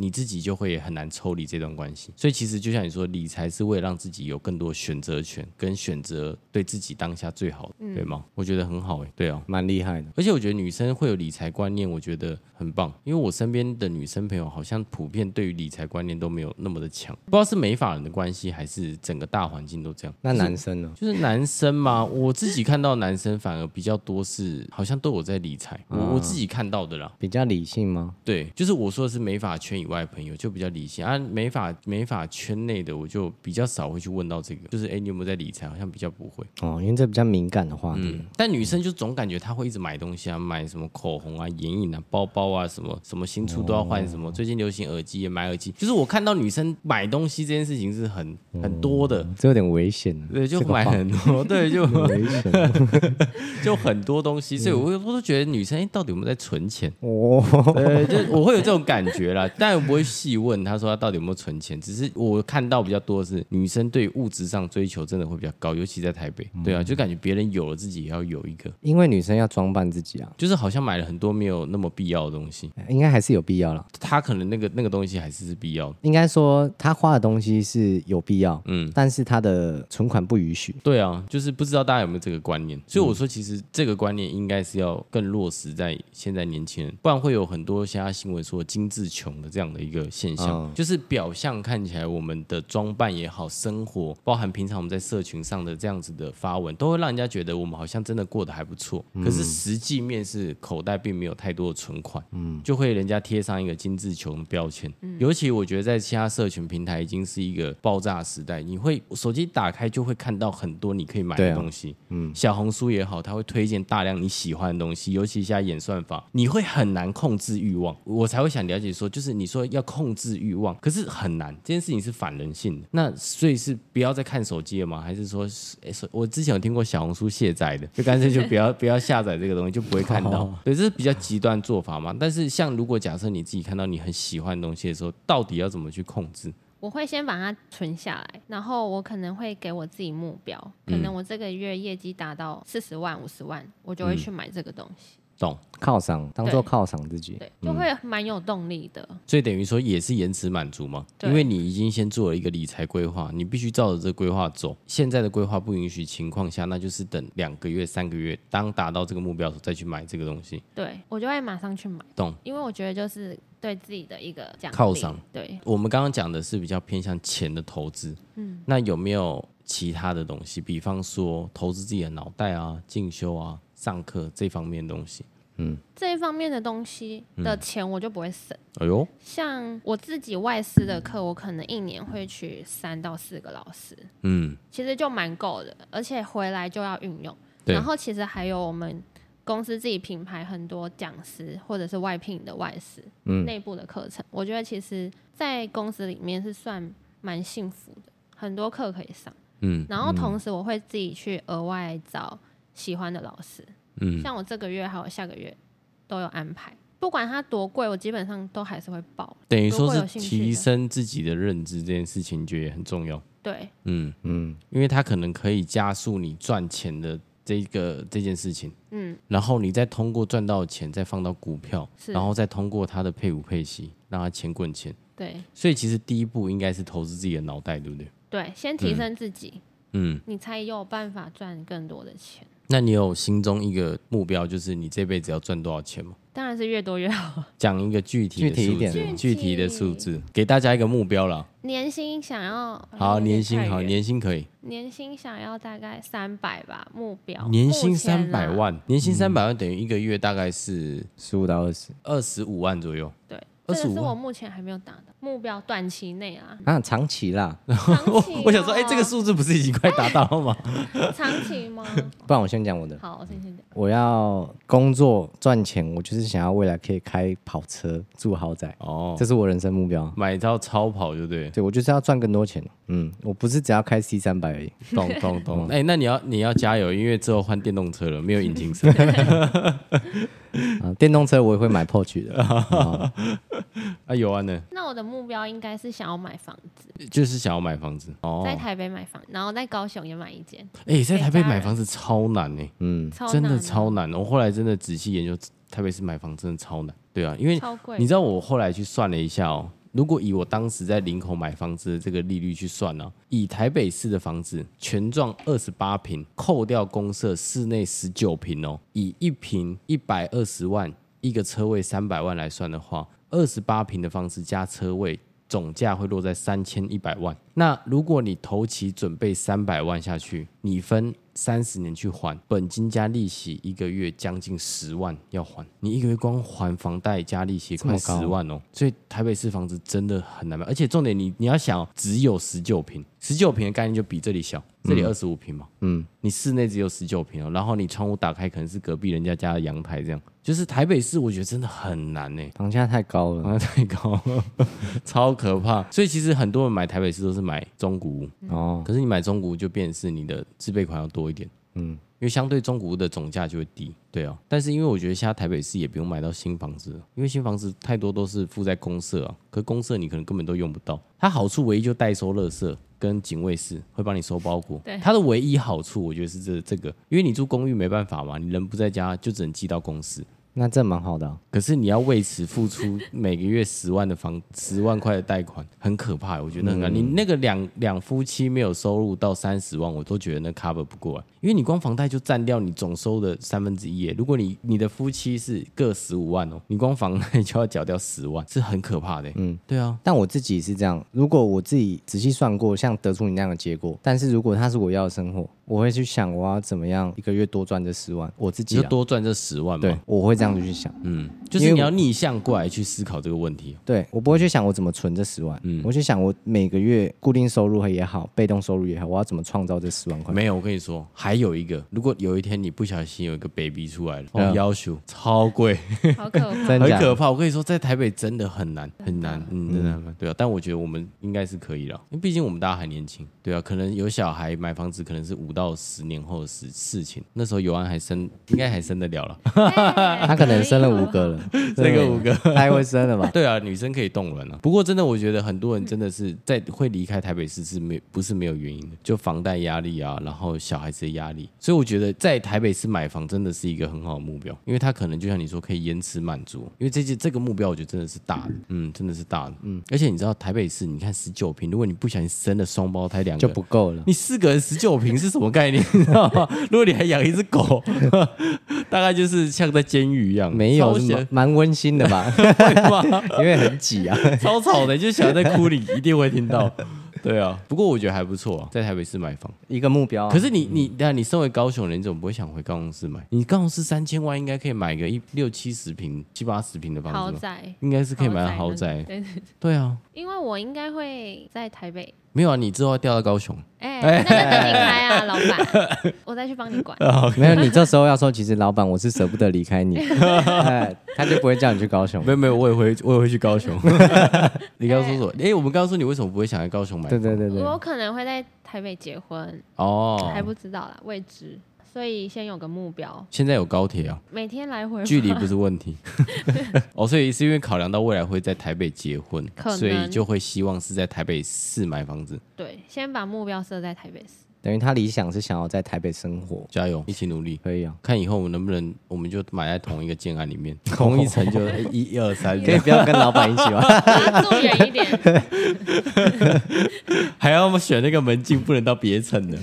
[SPEAKER 2] 你自己就会很难抽离这段关系，所以其实就像你说，理财是为了让自己有更多选择权，跟选择对自己当下最好的，对吗？我觉得很好诶、对啊，
[SPEAKER 3] 蛮厉害的。
[SPEAKER 2] 而且我觉得女生会有理财观念，我觉得很棒，因为我身边的女生朋友好像普遍对于理财观念都没有那么的强，不知道是美法人的关系，还是整个大环境都这样。
[SPEAKER 3] 那男生呢？
[SPEAKER 2] 就是男生嘛，我自己看到男生反而比较多是好像都有在理财，我、我自己看到的啦。
[SPEAKER 3] 比较理性吗？
[SPEAKER 2] 对，就是我说的是美发圈以外的朋友就比较理性啊，美发美发圈内的我就比较少会去问到这个，就是哎、诶你有没有在理财？好像比较不会。
[SPEAKER 3] 哦，因为这比较敏感的话题。
[SPEAKER 2] 但女生就总感觉她会一直买东西啊，买什么口红啊、眼影啊、包包啊，什么什么新出都要
[SPEAKER 3] 哦
[SPEAKER 2] 换什么。最近流行耳机也买耳机，就是我看到女生买东西这件事情是很很多的，
[SPEAKER 3] 这有点危险啊
[SPEAKER 2] 对，就
[SPEAKER 3] 哦这个
[SPEAKER 2] 买
[SPEAKER 3] 话
[SPEAKER 2] 很多，对，就
[SPEAKER 3] 有点危险啊 嗯
[SPEAKER 2] 就很多东西，所以我会我都觉得女生哎、到底有没有在存钱？
[SPEAKER 3] 哦。
[SPEAKER 2] 对，就我会有这种感觉啦，但我不会细问她说她到底有没有存钱，只是我看到比较多的是女生对物质上追求真的会比较高，尤其在台北，对
[SPEAKER 3] 嗯
[SPEAKER 2] 啊，就感觉别人有了自己也要有一个。
[SPEAKER 3] 因为女生要装扮自己啊，
[SPEAKER 2] 就是好像买了很多没有那么必要的东西，
[SPEAKER 3] 应该还是有必要啦。
[SPEAKER 2] 他可能那个那个东西还是是必要的。
[SPEAKER 3] 应该说她花的东西是有必要，
[SPEAKER 2] 嗯
[SPEAKER 3] 嗯，但是她的存款不允许。
[SPEAKER 2] 对啊，就是不知道大家有没有这个观念，所以我说其实这个观念应该是要更落实在现在年轻人，不然会有很多现在新闻说精致穷的这样的一个现象，
[SPEAKER 3] 嗯
[SPEAKER 2] 就是表象看起来我们的装扮也好，生活包含平常我们在社群上的这样子的发文，都会让人家觉得我们好像真的过得还不错，可是实际面是口袋并没有太多的存款，
[SPEAKER 3] 嗯
[SPEAKER 2] 就会人家贴上一个精致穷的标签。尤其我觉得在其他社群平台已经是一个爆炸时代，你会手机打开就会看到很多你可以买
[SPEAKER 3] 对
[SPEAKER 2] 的
[SPEAKER 3] 啊
[SPEAKER 2] 东西。嗯，小红书也好，它会推荐大量你喜欢的东西，尤其现在演算法，你会很难控制欲望。我才会想了解说，就是你说要控制欲望，可是很难，这件事情是反人性的。那所以是不要再看手机了吗？还是说，是诶手我之前有听过小红书卸载的， 就干脆就不要不要下载这个东西，就不会看到。对，这是比较极端做法嘛。但是像如果假设你自己看到你很喜欢的东西的时候，到底要怎么去控制？
[SPEAKER 1] 我会先把它存下来，然后我可能会给我自己目标，可
[SPEAKER 2] 嗯
[SPEAKER 1] 能我这个月业绩达到四十万、五十万，我就会去买这个东西，
[SPEAKER 2] 懂？
[SPEAKER 3] 犒赏，当做犒赏自己。
[SPEAKER 1] 对，
[SPEAKER 2] 嗯
[SPEAKER 1] 就会蛮有动力的。
[SPEAKER 2] 所以等于说也是延迟满足嘛，
[SPEAKER 1] 对
[SPEAKER 2] 因为你已经先做了一个理财规划，你必须照着这规划走。现在的规划不允许情况下，那就是等两个月、三个月，当达到这个目标的时候再去买这个东西。
[SPEAKER 1] 对我就会马上去买，
[SPEAKER 2] 懂？
[SPEAKER 1] 因为我觉得就是对自己的一个奖励
[SPEAKER 2] 犒赏。
[SPEAKER 1] 对，
[SPEAKER 2] 我们刚刚讲的是比较偏向钱的投资，嗯，那有没有其他的东西？比方说投资自己的脑袋啊、进修啊、上课这方面的东西。
[SPEAKER 1] 这一方面的东西
[SPEAKER 2] 嗯
[SPEAKER 1] 的钱我就不会省。
[SPEAKER 2] 哎呦，
[SPEAKER 1] 像我自己外师的课，我可能一年会去三到四个老师，
[SPEAKER 2] 嗯，
[SPEAKER 1] 其实就蛮够的，而且回来就要运用。
[SPEAKER 2] 对
[SPEAKER 1] 然后其实还有我们公司自己品牌很多讲师或者是外聘的外师，
[SPEAKER 2] 嗯
[SPEAKER 1] 内部的课程，我觉得其实在公司里面是算蛮幸福的，很多课可以上。
[SPEAKER 2] 嗯，
[SPEAKER 1] 然后同时我会自己去额外找喜欢的老师，
[SPEAKER 2] 嗯，
[SPEAKER 1] 像我这个月还有下个月都有安排，不管它多贵，我基本上都还是会报。
[SPEAKER 2] 等于
[SPEAKER 1] 如
[SPEAKER 2] 说
[SPEAKER 1] 果有
[SPEAKER 2] 是
[SPEAKER 1] 兴趣的
[SPEAKER 2] 提升自己的认知这件事情，你觉得也很重要。
[SPEAKER 1] 对，
[SPEAKER 2] 嗯，
[SPEAKER 3] 嗯，
[SPEAKER 2] 因为它可能可以加速你赚钱的这个这件事情，
[SPEAKER 1] 嗯，
[SPEAKER 2] 然后你再通过赚到的钱再放到股票，
[SPEAKER 1] 是
[SPEAKER 2] 然后再通过它的配股配息让它钱滚钱。
[SPEAKER 1] 对
[SPEAKER 2] 所以其实第一步应该是投资自己的脑袋，对不对？
[SPEAKER 1] 对，先提升自己，
[SPEAKER 2] 嗯，
[SPEAKER 1] 你才有办法赚更多的钱。
[SPEAKER 2] 那你有心中一个目标，就是你这辈子要赚多少钱吗？
[SPEAKER 1] 当然是越多越好。
[SPEAKER 2] 讲一个具体的
[SPEAKER 3] 具体一
[SPEAKER 2] 数
[SPEAKER 3] 点
[SPEAKER 2] 字，
[SPEAKER 1] 的
[SPEAKER 2] 具体的数字，给大家一个目标啦。
[SPEAKER 1] 年薪想要
[SPEAKER 2] 好，
[SPEAKER 1] 有点
[SPEAKER 2] 年薪
[SPEAKER 1] 太
[SPEAKER 2] 好，
[SPEAKER 1] 远
[SPEAKER 2] 年薪可以，
[SPEAKER 1] 年薪想要大概三百吧，目标
[SPEAKER 2] 年薪
[SPEAKER 1] 目前啊
[SPEAKER 2] 三
[SPEAKER 1] 啦
[SPEAKER 2] 百万，年薪三百万等于一个月大概是
[SPEAKER 3] 十五到二十。
[SPEAKER 2] 二十五万左右。
[SPEAKER 1] 对，这
[SPEAKER 2] 25
[SPEAKER 1] 个是
[SPEAKER 2] 万
[SPEAKER 1] 我目前还没有达到目标，短期内啊
[SPEAKER 3] 啊，长期啦，
[SPEAKER 1] 长期吗
[SPEAKER 2] 我想说，哎、这 个数字不是已经快达到了吗？
[SPEAKER 1] 长期吗？
[SPEAKER 3] 不然我先讲我的，
[SPEAKER 1] 好，我先先讲。
[SPEAKER 3] 我要工作赚钱，我就是想要未来可以开跑车、住豪宅，
[SPEAKER 2] 哦，
[SPEAKER 3] 这是我人生目标。
[SPEAKER 2] 买一套超跑就对了，
[SPEAKER 3] 对我就是要赚更多钱，嗯，我不是只要开 C 三百而已，
[SPEAKER 2] 懂懂懂。哎、那你要你要加油，因为之后换电动车了，没有引擎声。
[SPEAKER 3] 啊，电动车我也会买 Porsche 的，啊
[SPEAKER 2] 啊，有啊呢，
[SPEAKER 1] 那我的目标应该是想要买房子，
[SPEAKER 2] 就是想要买房子哦。
[SPEAKER 1] 在台北买房，然后在高雄也买一间，
[SPEAKER 2] 哎、在台北
[SPEAKER 1] 给家
[SPEAKER 2] 买
[SPEAKER 1] 人
[SPEAKER 2] 房子超难呢、
[SPEAKER 3] 嗯，
[SPEAKER 1] 超
[SPEAKER 2] 真
[SPEAKER 1] 难
[SPEAKER 2] 的超难。我后来真的仔细研究，台北市买房真的超难。对啊，因为
[SPEAKER 1] 超贵
[SPEAKER 2] 你知道我后来去算了一下哦，如果以我当时在林口买房子的这个利率去算呢、以台北市的房子全幢二十八平，扣掉公社室内十九平哦，以一平一百二十万一个车位三百万来算的话，二十八平的房子加车位。总价会落在三千一百万。那如果你头期准备三百万下去，你分三十年去还，本金加利息，一个月将近十万要还。你一个月光还房贷加利息快
[SPEAKER 3] 这
[SPEAKER 2] 十
[SPEAKER 3] 么高
[SPEAKER 2] 万哦，所以台北市房子真的很难买。而且重点你，你要想哦，只有十九平，十九平的概念就比这里小，这里二十五平嘛，嗯，你室内只有十九平哦，然后你窗户打开可能是隔壁人家家的阳台，这样就是台北市，我觉得真的很难欸呢、
[SPEAKER 3] 房价太高了，
[SPEAKER 2] 好像 太高了，超可怕。所以其实很多人买台北市都是买中古屋，
[SPEAKER 3] 哦，
[SPEAKER 2] 可是你买中古屋就变成是你的自备款要多一点，嗯，因为相对中古屋的总价就会低，对啊。但是因为我觉得现在台北市也不用买到新房子了，因为新房子太多都是附在公社啊，可公社你可能根本都用不到。它好处唯一就代收垃圾跟警卫室会帮你收包裹，
[SPEAKER 1] 对
[SPEAKER 2] 它的唯一好处我觉得是这这个，因为你住公寓没办法嘛，你人不在家就只能寄到公司。
[SPEAKER 3] 那这蛮好的啊、
[SPEAKER 2] 可是你要为此付出每个月十万的房 十万块的贷款，很可怕，我觉得很可
[SPEAKER 3] 嗯
[SPEAKER 2] 怕。你那个两两夫妻没有收入到三十万，我都觉得那 cover 不过来，因为你光房贷就占掉你总收的三分之一耶。如果你你的夫妻是各十五万哦，你光房贷就要缴掉十万，是很可怕的。嗯，对啊，
[SPEAKER 3] 但我自己是这样，如果我自己仔细算过，像得出你那样的结果，但是如果它是我要的生活，我会去想我要怎么样一个月多赚这十万，我自
[SPEAKER 2] 你
[SPEAKER 3] 己、
[SPEAKER 2] 就
[SPEAKER 3] 啊、
[SPEAKER 2] 多赚这十万
[SPEAKER 3] 对
[SPEAKER 2] 嘛。，
[SPEAKER 3] 我会这样子去想。
[SPEAKER 2] 嗯，就是
[SPEAKER 3] 因为
[SPEAKER 2] 你要逆向过来去思考这个问题。
[SPEAKER 3] 对我不会去想我怎么存这十万，
[SPEAKER 2] 嗯
[SPEAKER 3] 我去想我每个月固定收入也好，被动收入也好，我要怎么创造这 十万块。
[SPEAKER 2] 没有，我跟你说，还有一个，如果有一天你不小心有一个 baby 出来了，
[SPEAKER 3] 嗯
[SPEAKER 2] 哦，要求超贵。
[SPEAKER 1] 好可 怕。
[SPEAKER 3] 真
[SPEAKER 2] 很
[SPEAKER 3] 假
[SPEAKER 2] 可
[SPEAKER 3] 的？
[SPEAKER 2] 怕。我跟你说，在台北真的很难，很难，嗯，真的很难。对啊，但我觉得我们应该是可以了，因为毕竟我们大家还年轻，对啊，可能有小孩买房子，可能是五到十年后的事事情。那时候尤安还生，应该还生得了了，
[SPEAKER 1] 哎
[SPEAKER 3] 他可能生了
[SPEAKER 1] 以
[SPEAKER 3] 五
[SPEAKER 1] 吗
[SPEAKER 3] 个了，
[SPEAKER 2] 生个五个。
[SPEAKER 3] 太会生 了吧？
[SPEAKER 2] 对啊，女生可以动人啊。不过真的，我觉得很多人真的是在会离开台北市是没不是没有原因的，就房贷压力啊，然后小孩子的压力。所以我觉得在台北市买房真的是一个很好的目标，因为它可能就像你说可以延迟满足，因为这些这个目标我觉得真的是大的，嗯，真的是大的，嗯。而且你知道台北市，你看十九平，如果你不小心生了双胞胎两个
[SPEAKER 3] 就。不够了。
[SPEAKER 2] 你四个人十九平是什么概念？ 你知道吗？如果你还养一只狗， 大概就是像在监狱一样，
[SPEAKER 3] 没有，
[SPEAKER 2] 超
[SPEAKER 3] 是蛮
[SPEAKER 2] 闲
[SPEAKER 3] 蛮温馨的吧？
[SPEAKER 2] 会吗？
[SPEAKER 3] 因为很挤 啊。
[SPEAKER 2] 超吵的，就想在哭，你一定会听 到。对啊，不过我觉得还不错啊，在台北市买房。
[SPEAKER 3] 一个目标啊、
[SPEAKER 2] 可是你你，但你身为高雄人，你怎么不会想回高雄市买？你高雄市三千万应该可以买个一六七十平、七八十平的
[SPEAKER 1] 豪
[SPEAKER 2] 房子吧？
[SPEAKER 1] 宅
[SPEAKER 2] 应该是可以买到豪
[SPEAKER 1] 那
[SPEAKER 2] 宅
[SPEAKER 1] 种。对对，对
[SPEAKER 2] 对啊，
[SPEAKER 1] 因为我应该会在台北。
[SPEAKER 2] 没有啊，你之后要调到高雄。
[SPEAKER 1] 哎、那个等你开啊，老板，我再去帮你管。
[SPEAKER 3] 没有，你这时候要说，其实老板我是舍不得离开 你，哎他就不会叫你去高雄
[SPEAKER 2] 没。有没有，我也会我也会去高 雄。你刚刚说什么？哎、我们刚刚说你为什么不会想在高雄买？
[SPEAKER 3] 对对对对，
[SPEAKER 1] 我可能会在台北结婚，
[SPEAKER 2] 哦
[SPEAKER 1] 还，不知道啦，未知。所以先有个目标，
[SPEAKER 2] 现在有高铁啊。
[SPEAKER 1] 每天来 回吧
[SPEAKER 2] 距离不是问题。 哦，所以是因为考量到未来会在台北结婚
[SPEAKER 1] 可，能
[SPEAKER 2] 所以就会希望是在台北市买房子。
[SPEAKER 1] 对，先把目标设在台北市。
[SPEAKER 3] 等于他理想是想要在台北生活，
[SPEAKER 2] 加油，一起努力。
[SPEAKER 3] 可以啊，
[SPEAKER 2] 看以后我们能不能，我们就买在同一个建案里 面，同一层就一一二三，
[SPEAKER 3] 可以不要跟老板一起吗？
[SPEAKER 1] 把它住远一点，
[SPEAKER 2] 还要选那个门禁不能到别层的，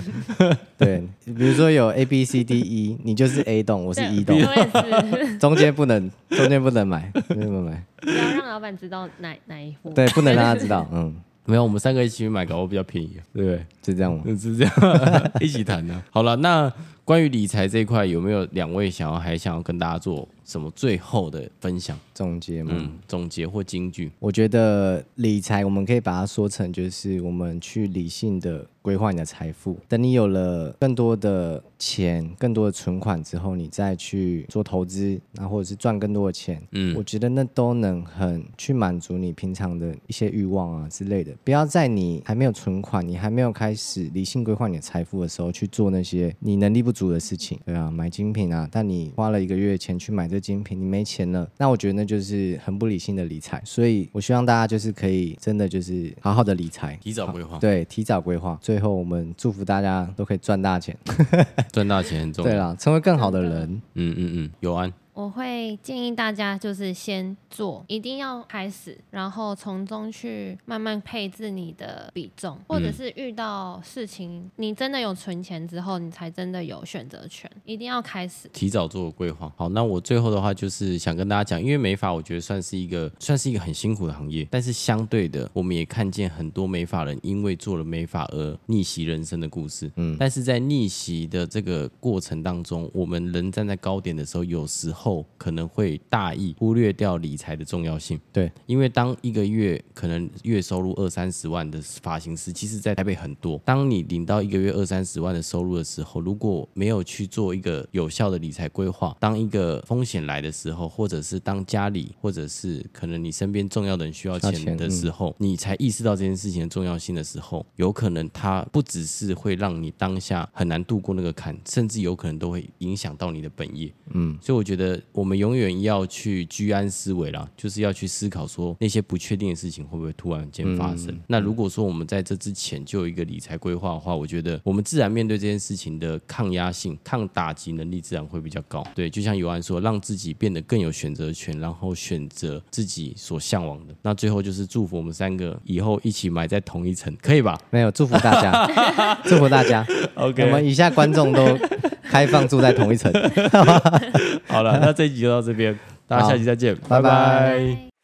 [SPEAKER 3] 对，比如说有 A B C D E，你就是 A 栋，我是
[SPEAKER 1] 对
[SPEAKER 3] E 栋，
[SPEAKER 1] 我也是，
[SPEAKER 3] 中间不能，中间不能买，中间不能买，
[SPEAKER 1] 不要让老板知道哪哪一户。
[SPEAKER 3] 对，不能让他知道，嗯，
[SPEAKER 2] 没有，我们三个一起去买，搞不好比较便宜、啊，对不对？
[SPEAKER 3] 是这样吗？
[SPEAKER 2] 就是这样， 一起谈呢、啊好了，那关于理财这一块，有没有两位想要还想要跟大家做什么最后的分享？
[SPEAKER 3] 总结嘛，
[SPEAKER 2] 嗯，总结或金句。
[SPEAKER 3] 我觉得理财，我们可以把它说成就是我们去理性的规划你的财富。等你有了更多的钱、更多的存款之后，你再去做投资，那或者是赚更多的钱，
[SPEAKER 2] 嗯
[SPEAKER 3] 我觉得那都能很去满足你平常的一些欲望啊之类的。不要在你还没有存款、你还没有开始理性规划你的财富的时候去做那些你能力不足的事情。对啊，买精品啊，但你花了一个月钱去买这精品，你没钱了，那我觉得那就是很不理性的理财。所以我希望大家就是可以真的就是好好的理财，
[SPEAKER 2] 提早规 划，
[SPEAKER 3] 对，提早规划。最后我们祝福大家都可以赚大钱，
[SPEAKER 2] 赚大钱很重
[SPEAKER 3] 对
[SPEAKER 2] 要。
[SPEAKER 3] 啦，成为更好的人。
[SPEAKER 2] 嗯嗯嗯，有安，
[SPEAKER 1] 我会建议大家就是先做，一定要开始，然后从中去慢慢配置你的比重，或者是遇到事情，你真的有存钱之后，你才真的有选择权，一定要开始。
[SPEAKER 2] 提早做规划。好，那我最后的话就是想跟大家讲，因为美发我觉得算是一个算是一个很辛苦的行业，但是相对的，我们也看见很多美发人因为做了美发而逆袭人生的故事。嗯，但是在逆袭的这个过程当中，我们人站在高点的时候，有时候可能会大意忽略掉理财的重要性。
[SPEAKER 3] 对，
[SPEAKER 2] 因为当一个月可能月收入二三十万的发型师，其实在台北很多。当你领到一个月二三十万的收入的时候，如果没有去做一个有效的理财规划，当一个风险来的时候，或者是当家里或者是可能你身边重要的人需要
[SPEAKER 3] 需要钱嗯
[SPEAKER 2] 钱的时候，你才意识到这件事情的重要性的时候，有可能它不只是会让你当下很难度过那个坎，甚至有可能都会影响到你的本业。所以我觉得我们永远要去居安思危啦，就是要去思考说那些不确定的事情会不会突然间发生。那如果说我们在这之前就有一个理财规划的话，我觉得我们自然面对这件事情的抗压性、抗打击能力自然会比较高。对，就像尤安说，让自己变得更有选择权，然后选择自己所向往的。那最后就是祝福我们三个以后一起买在同一层，可以 吧
[SPEAKER 3] 没有，祝福大家，祝福大家。我们以下观众都开放住在同一层。
[SPEAKER 2] 好了，那这一集就到这边，大家下期再见，
[SPEAKER 3] 拜拜
[SPEAKER 2] 拜拜